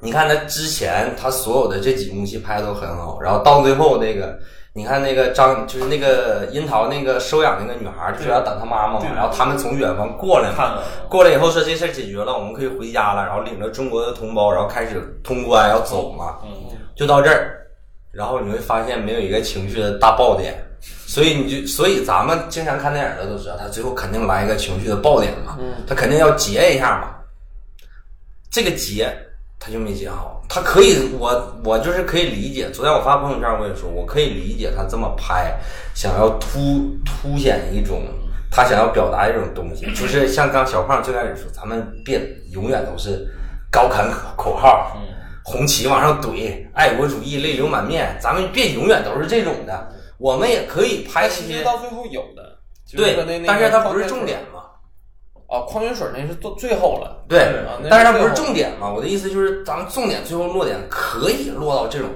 Speaker 1: 你看他之前他所有的这几幕戏拍的都很好，然后到最后那个。你看那个张，就是那个樱桃那个收养那个女孩儿，就是要等她妈妈嘛
Speaker 3: 对，
Speaker 1: 然后他们从远方过来嘛，
Speaker 3: 看了，
Speaker 1: 过来以后说这事儿解决了，我们可以回家了，然后领着中国的同胞，然后开始通关要走嘛，
Speaker 3: 嗯，
Speaker 1: 就到这儿，然后你会发现没有一个情绪的大爆点，所以你就所以咱们经常看电影的都知道，他最后肯定来一个情绪的爆点嘛，他肯定要结一下嘛，这个结他就没结好，他可以我我就是可以理解，昨天我发朋友圈我也说，我可以理解他这么拍，想要突凸显一种。他想要表达一种东西，就是像刚小胖最开始说，咱们别永远都是高喊口号，红旗往上怼，爱国主义泪流满面，咱们别永远都是这种的，我们也可以拍
Speaker 2: 其
Speaker 1: 些
Speaker 2: 实到最后有的，就
Speaker 1: 对
Speaker 2: 是说那，
Speaker 1: 但是它不是重点。嘛。
Speaker 2: 那个矿泉水哦，矿泉水那是最最后了。
Speaker 1: 对
Speaker 2: 啊，那
Speaker 1: 但是它
Speaker 2: 最
Speaker 1: 不
Speaker 2: 后
Speaker 1: 是重点嘛？我的意思就是，咱们重点最后落点可以落到这种，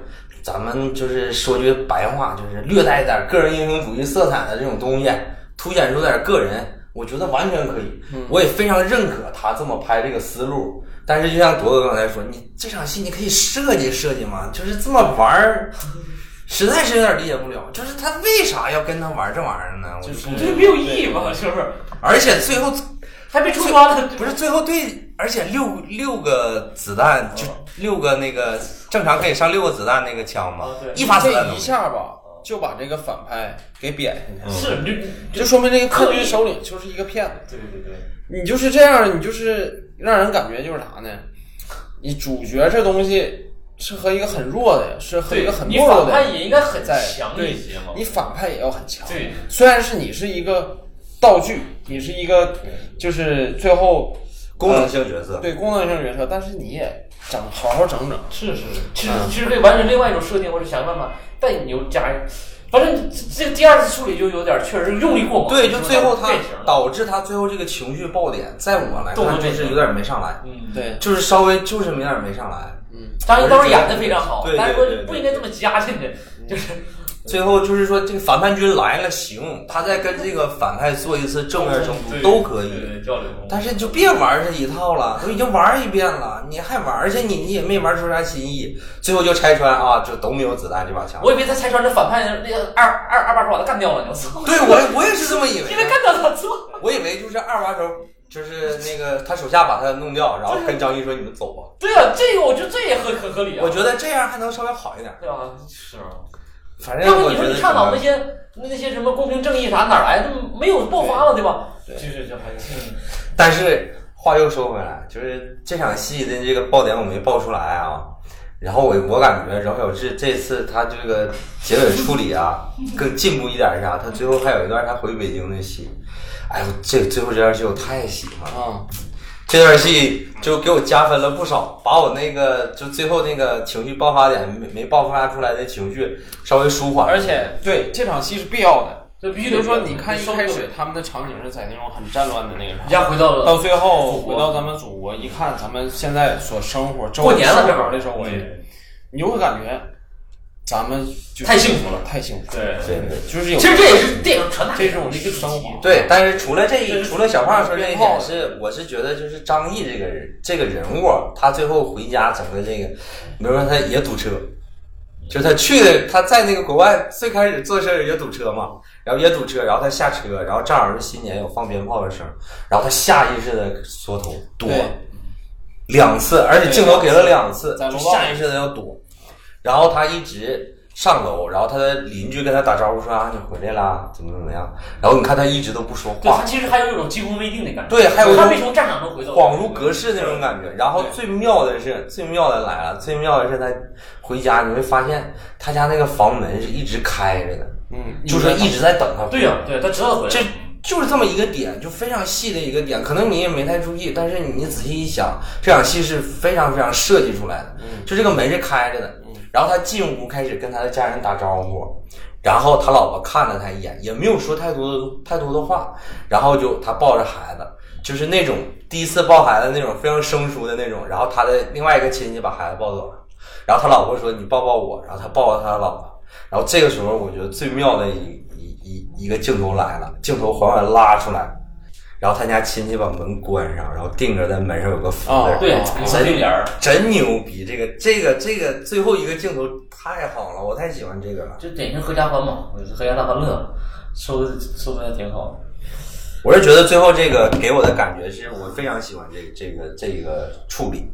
Speaker 1: 咱们就是说句白话，就是略带一点个人英雄主义色彩的这种东西，凸显出点个人，我觉得完全可以。
Speaker 2: 嗯
Speaker 1: 我也非常认可他这么拍这个思路。但是就像铎哥刚才说，你这场戏你可以设计设计嘛，就是这么玩儿，实在是有点理解不了，就是他为啥要跟他玩这玩意儿呢？我就
Speaker 2: 就是
Speaker 1: 不
Speaker 3: 这没有意义吧？是不是？
Speaker 1: 而且最后
Speaker 3: 还被出发呢，
Speaker 1: 不是最后对，而且六六个子弹就六个那个正常可以上六个子弹那个枪嘛
Speaker 3: 啊，对
Speaker 1: 一发子弹都
Speaker 2: 这
Speaker 1: 没
Speaker 2: 一
Speaker 1: 有
Speaker 2: 下吧，就把这个反派给扁
Speaker 1: 嗯
Speaker 2: 下去
Speaker 3: 是你就
Speaker 2: 了，就说明这个特军首领就是一个骗子。
Speaker 3: 对对对，
Speaker 1: 嗯
Speaker 2: 你就是这样，你就是让人感觉就是啥呢？你主角这东西是和一个很弱的，是和一个很
Speaker 3: 你
Speaker 2: 懦弱
Speaker 3: 反
Speaker 2: 的
Speaker 3: 派也应该很
Speaker 2: 在
Speaker 3: 强
Speaker 2: 对
Speaker 3: 一些嘛。
Speaker 2: 你反派也要很强。
Speaker 3: 对，
Speaker 2: 虽然是你是一个道具，你是一个就是最后呃
Speaker 1: 功能性角色，
Speaker 2: 对功能性角色，但是你也整好好整整。
Speaker 3: 是是，是，其实
Speaker 1: 嗯
Speaker 3: 其实这完全另外一种设定或者想办法，但你又加，反正这这第二次处理就有点确实用力过猛，
Speaker 1: 对，就最后他
Speaker 3: 变形了，
Speaker 1: 导致他最后这个情绪爆点，在我来
Speaker 3: 动
Speaker 1: 看
Speaker 3: 作
Speaker 1: 就
Speaker 3: 变
Speaker 1: 是
Speaker 3: 形
Speaker 1: 有点没上来，
Speaker 3: 嗯，对。
Speaker 2: 对，
Speaker 1: 就是稍微就是有点没上来，
Speaker 3: 当然，当时演的非常好，
Speaker 1: 对对
Speaker 3: 但是
Speaker 1: 对
Speaker 3: 说
Speaker 1: 对
Speaker 3: 不应该这么加进去，就是
Speaker 1: 最后就是说这个反叛军来了行，他再跟这个反派做一次正面冲突
Speaker 3: 对
Speaker 1: 嗯都可以，
Speaker 3: 对对对交流。
Speaker 1: 但是你就别玩这一套了，都已经玩一遍了，你还玩，而且你你也没玩出啥新意，最后就拆穿啊，就都没有子弹这把枪。
Speaker 3: 我以为他拆穿这反派那个二二二把手把他干掉了呢，我操！
Speaker 1: 对我我也是这么以为
Speaker 3: (laughs) 因为
Speaker 1: 的，
Speaker 3: (laughs) 干掉他，操！
Speaker 1: 我以为就是二把手，就是那个他手下把他弄掉，然后跟张译说你们走吧。
Speaker 3: 对啊，这个我觉得这也合合合理啊，
Speaker 1: 我觉得这样还能稍微好一点，
Speaker 3: 对吧？是啊，
Speaker 1: 反正
Speaker 3: 要不
Speaker 1: 我
Speaker 3: 你
Speaker 1: 觉
Speaker 3: 说
Speaker 1: 得
Speaker 3: 你倡导那些那些什么公平正义啥哪儿来？那没有爆发了，对吧？
Speaker 2: 对
Speaker 3: 就是这还是
Speaker 1: 但是话又说回来，就是这场戏的这个爆点我没爆出来啊。然后我我感觉饶小志这次他这个结尾处理啊，更进步一点是啥？他最后还有一段他回北京的戏，哎呦，这最后这段戏我太喜欢了，
Speaker 2: 啊、
Speaker 1: 这段戏就给我加分了不少，把我那个就最后那个情绪爆发点没没爆发出来的情绪稍微舒缓了，
Speaker 2: 而且对这场戏是必要的。
Speaker 3: 这必须
Speaker 2: 比
Speaker 3: 得
Speaker 2: 如说，你看一开始他们的场景是在那种很战乱的那个
Speaker 3: 一
Speaker 2: 啥，
Speaker 3: 下回
Speaker 1: 哦
Speaker 3: 到
Speaker 2: 到
Speaker 3: 了
Speaker 2: 最后
Speaker 3: 祖国
Speaker 2: 回到咱们祖国，一看咱们现在所生活，周围
Speaker 3: 过年了，
Speaker 2: 生
Speaker 3: 正
Speaker 2: 活
Speaker 3: 好
Speaker 2: 的生活，
Speaker 3: 对
Speaker 2: 你就会感觉咱们就
Speaker 3: 太幸福了，
Speaker 2: 太幸福了，
Speaker 3: 对
Speaker 1: 对对
Speaker 2: 就是有
Speaker 3: 其实这也是电影传达
Speaker 2: 这种这个生活，
Speaker 1: 对，但哦是除了这一，除了小胖说这一
Speaker 2: 鞭炮
Speaker 1: 点是，我是觉得就是张译这个人，这个人物，啊他最后回家整个这个，比如说他也堵车，就是他去的，他在那个国外最开始坐车也堵车嘛，然后也堵车，然后他下车，然后正好是新年有放鞭炮的声，然后他下意识的缩头躲
Speaker 2: 对
Speaker 1: 两次，而且镜头给了两次，
Speaker 2: 在
Speaker 1: 就
Speaker 2: 楼道
Speaker 1: 下意识的要躲，然后他一直上楼，然后他的邻居跟他打招呼说啊你回来啦，怎么怎么样，然后你看他一直都不说
Speaker 3: 对
Speaker 1: 话
Speaker 3: 他。其实还有一种惊魂未定的感觉，
Speaker 1: 对还有一种
Speaker 3: 他没从战场中回到
Speaker 1: 恍如隔世那种感觉。然后
Speaker 2: 对
Speaker 1: 最妙的是，最妙的来了，最妙的是他回家，你会发现他家那个房门是一直开着的，
Speaker 2: 嗯，
Speaker 1: 就是一直在等他。
Speaker 3: 对啊呀，对他知道回来了，
Speaker 1: 这就是这么一个点，就非常细的一个点，可能你也没太注意，但是你仔细一想，这场戏是非常非常设计出来的。
Speaker 3: 嗯
Speaker 1: 就这个门是开着的，然后他进屋开始跟他的家人打招呼，然后他老婆看了他一眼，也没有说太多的太多的话，然后就他抱着孩子，就是那种第一次抱孩子那种非常生疏的那种，然后他的另外一个亲戚把孩子抱走了，然后他老婆说你抱抱我，然后他抱抱他的老婆，然后这个时候我觉得最妙的一一一一个镜头来了，镜头缓缓拉出来。然后他家亲戚把门关上，然后定着在门上有个符
Speaker 2: 哦
Speaker 1: 的，
Speaker 3: 对
Speaker 2: 啊
Speaker 3: 闪电帘儿，
Speaker 1: 真牛逼！这个这个这个最后一个镜头太好了，我太喜欢这个了。
Speaker 3: 就典型合家欢嘛，合家大欢乐，收的收的挺好的。
Speaker 1: 我是觉得最后这个给我的感觉是我非常喜欢这个、这个这个处理，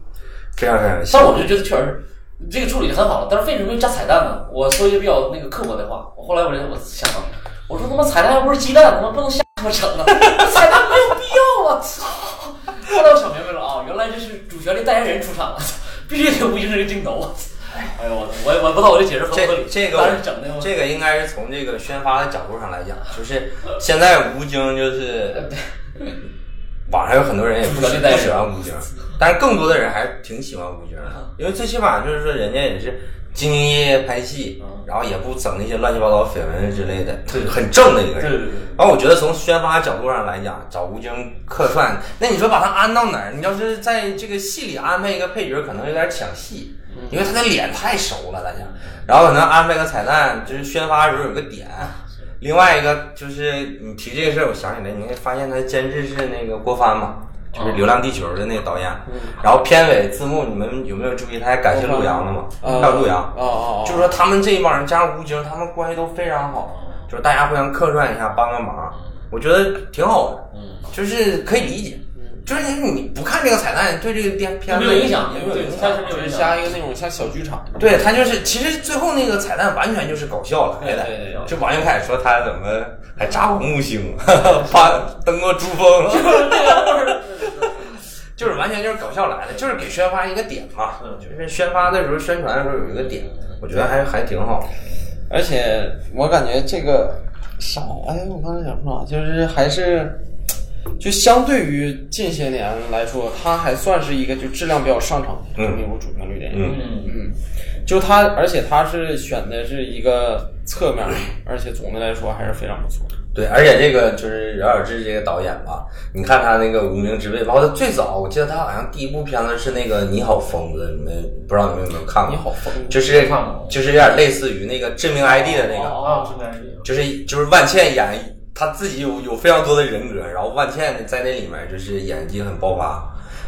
Speaker 1: 非常非常喜
Speaker 3: 但
Speaker 1: 欢。
Speaker 3: 我就觉得确实这个处理得很好了，但是为什么要加彩蛋呢？我说一句比较那个刻薄的话，我后来我这我想了，我说他妈彩蛋又不是鸡蛋，他妈不能瞎他妈整啊，彩蛋没有必要啊！操！后来我想明白了啊，原来这是主旋律代言人出场了，必须得无视这个镜头。哎呦我我我不知道我这解释合不合
Speaker 1: 这
Speaker 3: 理，
Speaker 1: 这个
Speaker 3: 当时整的
Speaker 1: 这个应该是从这个宣发的角度上来讲，就是现在吴京就是网上有很多人也不
Speaker 3: 不
Speaker 1: 喜
Speaker 3: 喜欢
Speaker 1: 不喜欢吴
Speaker 3: (laughs)
Speaker 1: 京，但是更多的人还是挺喜欢吴京
Speaker 3: 嗯
Speaker 1: 的，因为最起码就是说人家也是兢兢业业拍戏，
Speaker 3: 嗯
Speaker 1: 然后也不整那些乱七八糟绯闻之类的，很正的一个人。
Speaker 2: 对对对
Speaker 1: 然后我觉得从宣发角度上来讲，找吴京客串，那你说把他安到哪儿？你要是在这个戏里安排一个配角，可能有点抢戏，因为他的脸太熟了，大家。然后可能安排个彩蛋，就是宣发的时候有个点。另外一个就是你提这个事儿，我想起来，你会发现他监制是那个郭帆嘛，就是《流浪地球》的那个导演。然后片尾字幕你们有没有注意？他还感谢陆洋了嘛？
Speaker 2: 嗯
Speaker 1: 还有陆洋。
Speaker 2: 哦哦哦，
Speaker 1: 就是说他们这一帮人加上吴京，他们关系都非常好，就是大家互相客串一下，帮个忙，我觉得挺好的，就是可以理解。就是你你不看这个彩蛋，对这个片片子
Speaker 3: 没有影响
Speaker 1: 也嗯没有
Speaker 3: 对
Speaker 1: 影响
Speaker 3: 它。是没有
Speaker 2: 就是
Speaker 3: 影响。
Speaker 2: 像一个那种像小剧场，
Speaker 1: 对他就是，其实最后那个彩蛋完全就是搞笑了，
Speaker 3: 对对对对
Speaker 1: 就王俊凯说他怎么还扎过木星， (laughs) 发登过珠峰，就是 (laughs) 完全就是搞笑来的，就是给宣发一个点嘛，
Speaker 3: 嗯
Speaker 1: 就是宣发的时候宣传的时候有一个点，嗯我觉得还还挺好。
Speaker 2: 而且我感觉这个啥，哎，我刚才想说啥，就是还是。就相对于近些年来说，它还算是一个就质量比较上乘的这么一部主旋律电影。
Speaker 1: 嗯
Speaker 3: 嗯，
Speaker 2: 嗯，就它，而且它是选的是一个侧面，而且总的来说还是非常不错。
Speaker 1: 对，而且这个就是饶晓志这个导演吧，你看他那个《无名之辈》，包括他最早，我记得他好像第一部片子是那个《你好疯子》，你们不知道你们有没有看过？
Speaker 2: 你好疯子
Speaker 1: 就是
Speaker 3: 看过
Speaker 1: 就是有点类似于那个《致命 ID》的那
Speaker 2: 哦
Speaker 1: 个，
Speaker 3: 啊，真的是
Speaker 1: 就是就是万茜演她自己有有非常多的人格，然后万茜在那里面就是演技很爆发，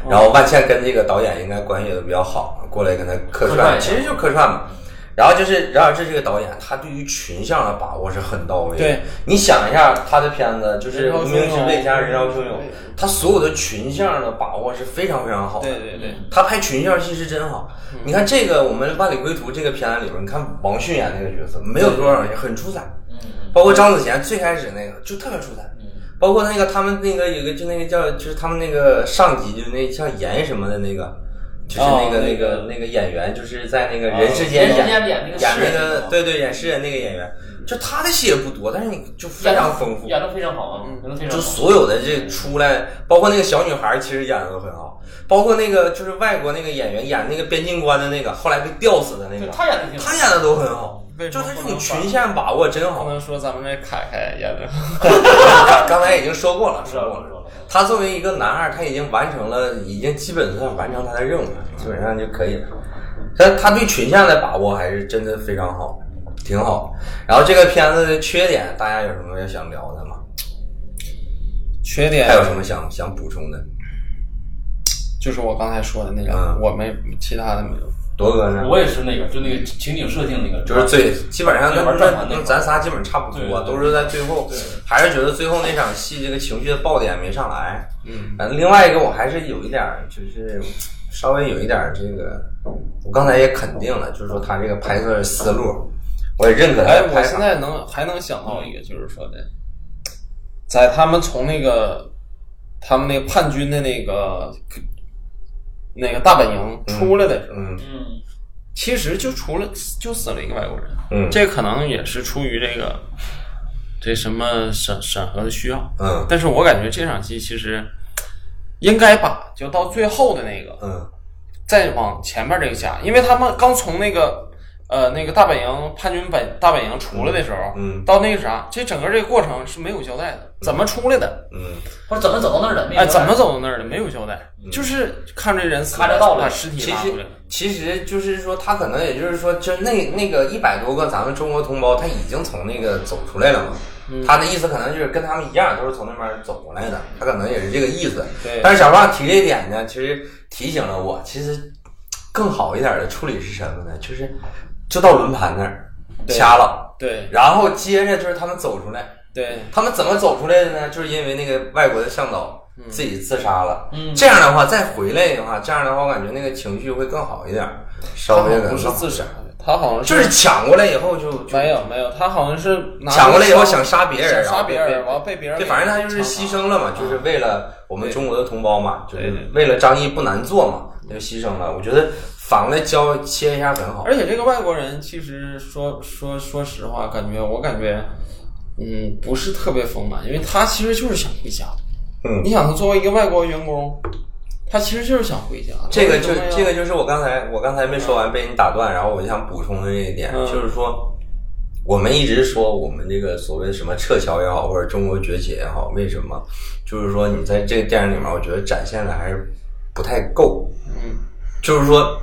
Speaker 2: 哦
Speaker 1: 然后万茜跟这个导演应该关系也比较好，过来跟他客
Speaker 3: 客串
Speaker 1: 串，
Speaker 3: 一下
Speaker 1: 其实就是客串嘛。然后就是饶晓志这个导演，他对于群像的把握是很到位的。
Speaker 2: 对，
Speaker 1: 你想一下他的片子，就是
Speaker 2: 人
Speaker 1: 《
Speaker 2: 潮
Speaker 1: 无名之
Speaker 2: 汹
Speaker 1: 辈》
Speaker 2: 涌
Speaker 1: 加《人潮汹涌
Speaker 2: 对》，
Speaker 1: 他所有的群像的把握是非常非常好的。
Speaker 2: 对对嗯对，
Speaker 1: 他拍群像戏是真好。你看这个我们《万里归途》这个片子里边，你看王迅演那个角色，没有多少人很出彩。包括张子贤最开始那个就特别出彩。包括那个他们那个有个就那个叫就是他们那个上级就那像严什么的那个，就是那个、
Speaker 2: 哦
Speaker 1: 那
Speaker 2: 那
Speaker 1: 个
Speaker 2: 个
Speaker 1: 那个演员，就是在那个人世间
Speaker 3: 人
Speaker 1: 演
Speaker 3: 世间哦演那个诗人
Speaker 1: 那
Speaker 3: 那
Speaker 1: 个
Speaker 3: 个
Speaker 1: 对对演诗人那个演员，就他的戏也不多，但是你就非
Speaker 3: 演得
Speaker 1: 常丰富，
Speaker 3: 演的非常好啊，演的非常
Speaker 1: 就
Speaker 3: 好。
Speaker 1: 所有的这出来，包括那个小女孩儿，其实演的都很好，包括那个就是外国那个演员演那个边境官的那个，后来被吊死的那
Speaker 3: 对
Speaker 1: 个，
Speaker 3: 他演的挺好
Speaker 1: 他。演的都很好，
Speaker 2: 为
Speaker 1: 就
Speaker 2: 什
Speaker 1: 是
Speaker 2: 么
Speaker 1: 他这种群像把握真
Speaker 2: 不
Speaker 1: 好。
Speaker 2: 能说咱们这凯凯演的，
Speaker 1: (laughs) 刚才已经说过了，说过
Speaker 3: 说
Speaker 1: 了
Speaker 3: 了。
Speaker 1: 他作为一个男二，他已经完成了，已经基本算完成他的任务了，基本上就可以了。但他对群像的把握还是真的非常好，挺好。然后这个片子的缺点，大家有什么要想聊的吗？
Speaker 2: 缺点
Speaker 1: 还有什么想想补充的？
Speaker 2: 就是我刚才说的那个
Speaker 1: 嗯，
Speaker 2: 我没其他的没有。
Speaker 1: 铎哥呢？
Speaker 3: 我也是那个，就那个情景设定那个，
Speaker 1: 就是最基本上
Speaker 3: 对
Speaker 1: 跟
Speaker 3: 玩转盘那
Speaker 1: 跟
Speaker 3: 块儿
Speaker 1: 咱仨基本差不多，
Speaker 3: 对
Speaker 1: 都是在最后，还是觉得最后那场戏这个情绪的爆点没上来。
Speaker 2: 嗯，
Speaker 1: 反正另外一个我还是有一点儿，就是稍微有一点儿这个，我刚才也肯定了，就是说他这个拍摄思路，我也认可他
Speaker 2: 哎
Speaker 1: 的，
Speaker 2: 我
Speaker 1: 拍
Speaker 2: 现
Speaker 1: 法。
Speaker 2: 在能还能想到一个，就是说的，在他们从那个他们那个叛军的那个那个大本营出来的时候，
Speaker 1: 嗯
Speaker 3: 嗯，
Speaker 2: 其实就除了就死了一个外国人，
Speaker 1: 嗯
Speaker 2: 这可能也是出于这个这什么审审核的需要。
Speaker 1: 嗯
Speaker 2: 但是我感觉这场戏其实应该把就到最后的那个
Speaker 1: 嗯
Speaker 2: 再往前面这个加，因为他们刚从那个呃那个大本营叛军本大本营出来的时候，
Speaker 1: 嗯
Speaker 2: 到那个啥，这整个这个过程是没有交代的，怎么出来的？
Speaker 1: 嗯
Speaker 3: 或者怎么走到那儿的？没有
Speaker 2: 哎，怎么走到那儿的？没有交代，就是看这人死
Speaker 3: 看
Speaker 2: 了
Speaker 3: 着道理
Speaker 2: 把尸体
Speaker 1: 其
Speaker 2: 拉
Speaker 1: 实
Speaker 2: 出来了。
Speaker 1: 其实就是说，他可能也就是说，就是那那个一百多个咱们中国同胞，他已经从那个走出来了嘛。
Speaker 2: 嗯
Speaker 1: 他的意思可能就是跟他们一样，都是从那边走过来的，他可能也是这个意思。
Speaker 2: 对
Speaker 1: 但是小胖提这一点呢，其实提醒了我，其实更好一点的处理是什么呢？就是就到轮盘那儿
Speaker 2: 对
Speaker 1: 掐了，
Speaker 2: 对
Speaker 1: 然后接着就是他们走出来，
Speaker 2: 对，
Speaker 1: 他们怎么走出来的呢？就是因为那个外国的向导
Speaker 2: 嗯
Speaker 1: 自己自杀了。
Speaker 3: 嗯
Speaker 1: 这样的话再回来的话，这样的话我感觉那个情绪会更好一点，稍
Speaker 2: 他
Speaker 1: 微
Speaker 2: 好
Speaker 1: 的
Speaker 2: 像不是自杀，他好像
Speaker 1: 就是是抢过来以后就就
Speaker 2: 没有没有，他好像是哎拿
Speaker 1: 抢过来以后想杀别人，
Speaker 2: 想杀别
Speaker 1: 然
Speaker 2: 人，
Speaker 1: 后
Speaker 2: 完后被别人
Speaker 1: 对，反正他就是牺牲了嘛，就是为了我们中国的同胞嘛，就
Speaker 2: 对
Speaker 1: 是为了张译不难做嘛，他就牺牲了。我觉得反过来教切一下很好。
Speaker 2: 而且这个外国人其实说说说实话，感觉我感觉，嗯，不是特别丰满，因为他其实就是想回家，
Speaker 1: 嗯
Speaker 2: 你想，他作为一个外国员工，他其实就是想回家。
Speaker 1: 这个
Speaker 2: 为什
Speaker 1: 就
Speaker 2: 么要
Speaker 1: 这个就是我刚才我刚才没说完被你打断，然后我就想补充的这一点，
Speaker 2: 嗯
Speaker 1: 就是说，我们一直说我们这个所谓什么撤侨也好，或者中国崛起也好，为什么？就是说你在这个电影里面，我觉得展现的还是不太够。
Speaker 2: 嗯
Speaker 1: 就是说，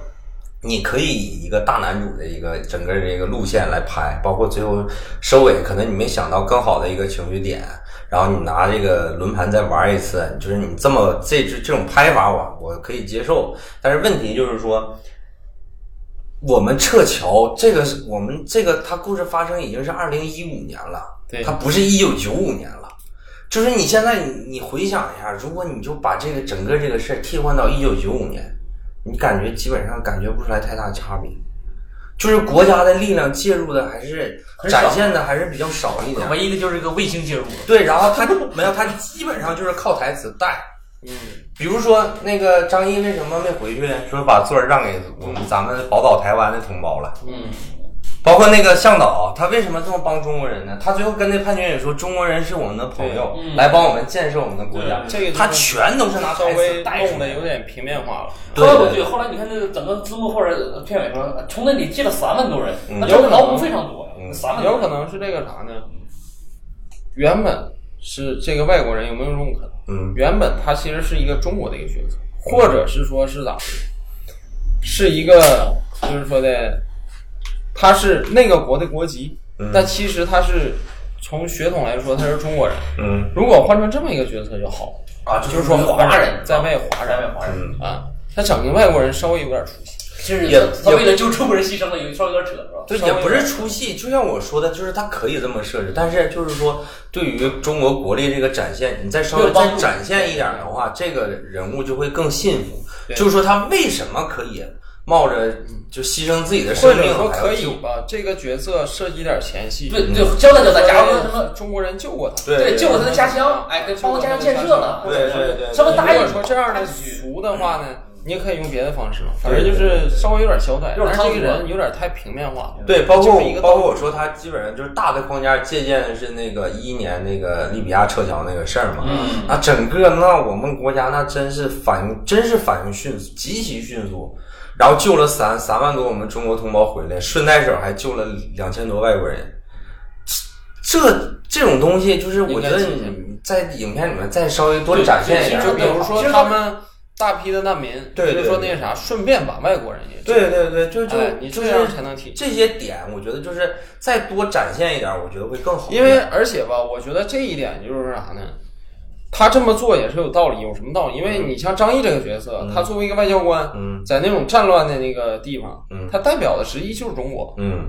Speaker 1: 你可以以一个大男主的一个整个这个路线来拍，包括最后收尾，可能你没想到更好的一个情绪点，然后你拿这个轮盘再玩一次，就是你这么这这这种拍法我我可以接受，但是问题就是说。我们撤侨，这个是我们这个，它故事发生已经是二零一五年了，
Speaker 2: 对
Speaker 1: 它不是一九九五年了。就是你现在你你回想一下，如果你就把这个整个这个事儿替换到一九九五年，你感觉基本上感觉不出来太大差别。就是国家的力量介入的还是
Speaker 3: 很少
Speaker 1: 展现的还是比较少一点。
Speaker 3: 唯一的就是一个卫星介入了。
Speaker 1: 对，然后他没有，他基本上就是靠台词带。
Speaker 2: 嗯，
Speaker 1: 比如说那个张译为什么没回去，说把座儿让给我们咱们宝岛台湾的同胞了。
Speaker 2: 嗯，
Speaker 1: 包括那个向导，他为什么这么帮中国人呢？他最后跟那判决也说，中国人是我们的朋友，
Speaker 3: 对嗯
Speaker 1: 来帮我们建设我们的国家。
Speaker 2: 对这个就是
Speaker 1: 他全都是拿
Speaker 2: 稍
Speaker 1: 台词
Speaker 2: 微
Speaker 1: 带出
Speaker 2: 弄
Speaker 1: 来
Speaker 2: 得有点平面化了。
Speaker 1: 对
Speaker 3: 后来
Speaker 1: 对
Speaker 3: 对，后来你看那个整个字幕或者片尾说，从那里借了三万多人，
Speaker 1: 嗯
Speaker 3: 那真的劳工非常多
Speaker 1: 嗯
Speaker 3: 呀，三万多
Speaker 2: 有
Speaker 3: 人。
Speaker 2: 可能是这个啥呢？原本是这个外国人有没有这种可能？
Speaker 1: 嗯
Speaker 2: 原本他其实是一个中国的一个角色，或者是说是咋的，是一个就是说的，他是那个国的国籍，但其实他是从血统来说他是中国人。
Speaker 1: 嗯
Speaker 2: 如果换成这么一个角色就好了
Speaker 3: 啊，
Speaker 2: 就是说
Speaker 3: 华人啊
Speaker 2: 在外华
Speaker 3: 在外
Speaker 2: 人
Speaker 3: 华人，
Speaker 1: 嗯，
Speaker 2: 啊，他整个外国人稍微有点出息。
Speaker 3: 其实
Speaker 1: 也
Speaker 3: 他
Speaker 1: 也
Speaker 3: 为了救中国人牺牲了，有稍微有点扯，是吧？
Speaker 1: 对，
Speaker 2: 稍微
Speaker 1: 也
Speaker 2: 有
Speaker 1: 不是出戏，就像我说的，就是他可以这么设置，但是就是说，对于中国国力这个展现，你再稍微
Speaker 3: 有帮
Speaker 1: 再
Speaker 3: 助
Speaker 1: 展现一点的话，这个人物就会更信服。
Speaker 2: 对
Speaker 1: 就是说，他为什么可以冒着就牺牲自己的
Speaker 2: 或
Speaker 1: 生
Speaker 2: 者
Speaker 1: 命
Speaker 2: 说
Speaker 1: 还要
Speaker 2: 可
Speaker 1: 救
Speaker 2: 以吧，这个角色设计点前戏，
Speaker 3: 对对，交代交代，假如说什么
Speaker 2: 中国人救过他，
Speaker 1: 对
Speaker 3: 对，救了他的家乡，哎，给帮他家乡建设了，
Speaker 1: 对对对
Speaker 3: 稍微
Speaker 2: 如
Speaker 3: 答应
Speaker 2: 果说这样的俗的话呢，你也可以用别的方式嘛，反正就是稍微有点啊小短，
Speaker 3: 有点
Speaker 2: 但是这个
Speaker 3: 汤
Speaker 2: 人
Speaker 3: 锅
Speaker 2: 有点太平面化了。
Speaker 1: 对，包括
Speaker 2: 就是一个
Speaker 1: 包括
Speaker 2: 道
Speaker 1: 我说，他基本上就是大的框架借鉴的是那个一一年那个利比亚撤侨那个事儿嘛。
Speaker 3: 嗯
Speaker 1: 那整个那我们国家那真是反应，真是反应迅速，极其迅速，然后救了三三万多我们中国同胞回来，顺带手还救了两千多外国人。这这这种东西，就是我觉得
Speaker 2: 应该体现
Speaker 1: 你在影片里面再稍微多
Speaker 3: 对
Speaker 1: 展现一
Speaker 3: 对
Speaker 1: 下
Speaker 3: 对
Speaker 2: 就比如
Speaker 3: 其
Speaker 2: 说
Speaker 3: 实
Speaker 2: 他们大批的难民，
Speaker 1: 对对
Speaker 2: 就是说那个啥，顺便把外国人也救
Speaker 1: 对对对，就就、
Speaker 2: 哎你
Speaker 1: 就
Speaker 2: 这
Speaker 1: 是
Speaker 2: 样才能体现。
Speaker 1: 这些点，我觉得就是再多展现一点，我觉得会更好一
Speaker 2: 因
Speaker 1: 点。
Speaker 2: 为而且吧，我觉得这一点就是啥呢？他这么做也是有道理，有什么道理？因为你像张译这个角色，他作为一个外交官，
Speaker 1: 嗯
Speaker 2: 在那种战乱的那个地方，
Speaker 1: 嗯
Speaker 2: 他代表的实际就是中国
Speaker 1: 嗯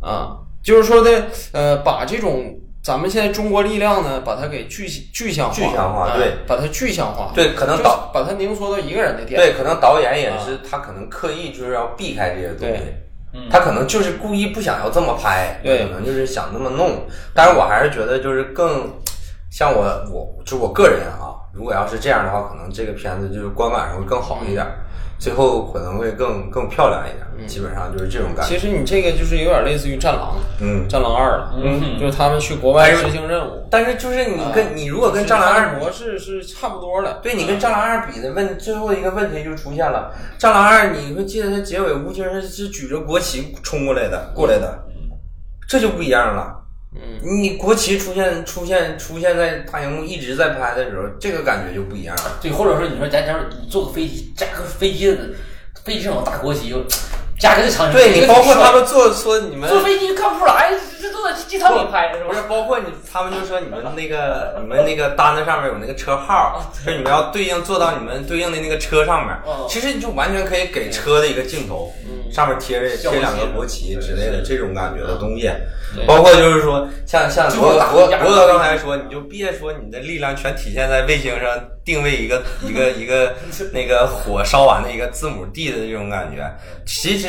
Speaker 2: 啊，就是说的，呃，把这种咱们现在中国力量呢，把它给具具象化，
Speaker 1: 具象化
Speaker 2: 啊
Speaker 1: 对
Speaker 2: 把它具象化，
Speaker 1: 对可能
Speaker 2: 就是
Speaker 1: 到
Speaker 2: 把它凝缩到一个人的点，
Speaker 1: 对，可能导演也是，他可能刻意就是要避开这些东西
Speaker 2: 啊对，
Speaker 3: 嗯
Speaker 1: 他可能就是故意不想要这么拍，
Speaker 2: 对
Speaker 1: 可能就是想那么弄。但是我还是觉得就是更像我我就我个人啊，如果要是这样的话，可能这个片子就是观感上会更好一点，
Speaker 2: 嗯
Speaker 1: 最后可能会更更漂亮一点，基本上就是这种感觉。
Speaker 2: 其实你这个就是有点类似于战狼，
Speaker 1: 嗯
Speaker 2: 战狼二了，
Speaker 3: 嗯
Speaker 2: 就是他们去国外执行任务，
Speaker 1: 但是就是你跟、你如果跟张兰
Speaker 2: 狼
Speaker 1: 二比
Speaker 2: 模式啊是差不多的，
Speaker 1: 对你跟《战狼二》比的问最后一个问题就出现了，《战狼二》你会记得它结尾吴京是是举着国旗冲过来的，过来的，这就不一样了。
Speaker 2: 嗯，
Speaker 1: 你国旗出现出现出现在大荧幕一直在拍的时候，这个感觉就不一样了。
Speaker 3: 对，或者说你说咱假如你坐个飞机，加个飞机的飞机上有大国旗，又加个这场景，
Speaker 1: 对你，
Speaker 3: 这个
Speaker 1: 包括
Speaker 3: 帅
Speaker 1: 他们坐说你们
Speaker 3: 坐飞机看不出来，这都在机舱里拍的是
Speaker 1: 不
Speaker 3: 吧
Speaker 1: 是？包括你，他们就说你们那个你们那个单子上面有那个车号，就是你们要对应坐到你们对应的那个车上面
Speaker 3: 嗯。
Speaker 1: 其实你就完全可以给车的一个镜头，上面贴着贴两个国旗之类的这种感觉的东西。包括就是说，像像
Speaker 3: 就
Speaker 1: 罗
Speaker 3: 打
Speaker 1: 罗
Speaker 3: 压
Speaker 1: 罗哥刚才说，你就别说你的力量全体现在卫星上定位一个一个一个那个火烧完的一个字母 D 的这种感觉，其实。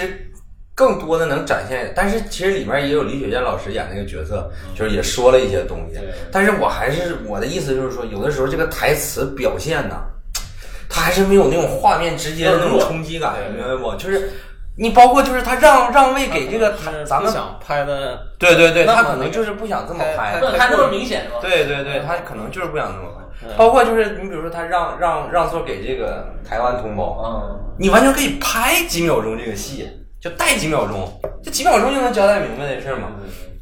Speaker 1: 更多的能展现，但是其实里面也有李雪健老师演那个角色，
Speaker 2: 嗯
Speaker 1: 就是也说了一些东西
Speaker 3: 对。
Speaker 1: 但是我还是我的意思就是说，有的时候这个台词表现呢，它还是没有那种画面直接的那种冲击感，
Speaker 3: 对
Speaker 1: 明白不？就是你包括就是他让让位给这个
Speaker 2: 就是不
Speaker 1: 咱们
Speaker 2: 想拍的
Speaker 1: 对对对，
Speaker 2: 那
Speaker 1: 他
Speaker 2: 么
Speaker 1: 可
Speaker 2: 那
Speaker 1: 能
Speaker 2: 个
Speaker 1: 就是不想这么拍
Speaker 2: 拍拍。
Speaker 3: 不能拍那么明显是吧？
Speaker 2: 嗯
Speaker 1: 对对对，他可能就是不想这么拍。包括就是你比如说他让让让座给这个台湾同胞，
Speaker 3: 嗯，
Speaker 1: 你完全可以拍几秒钟这个戏，就带几秒钟，就几秒钟就能交代明白这事儿嘛。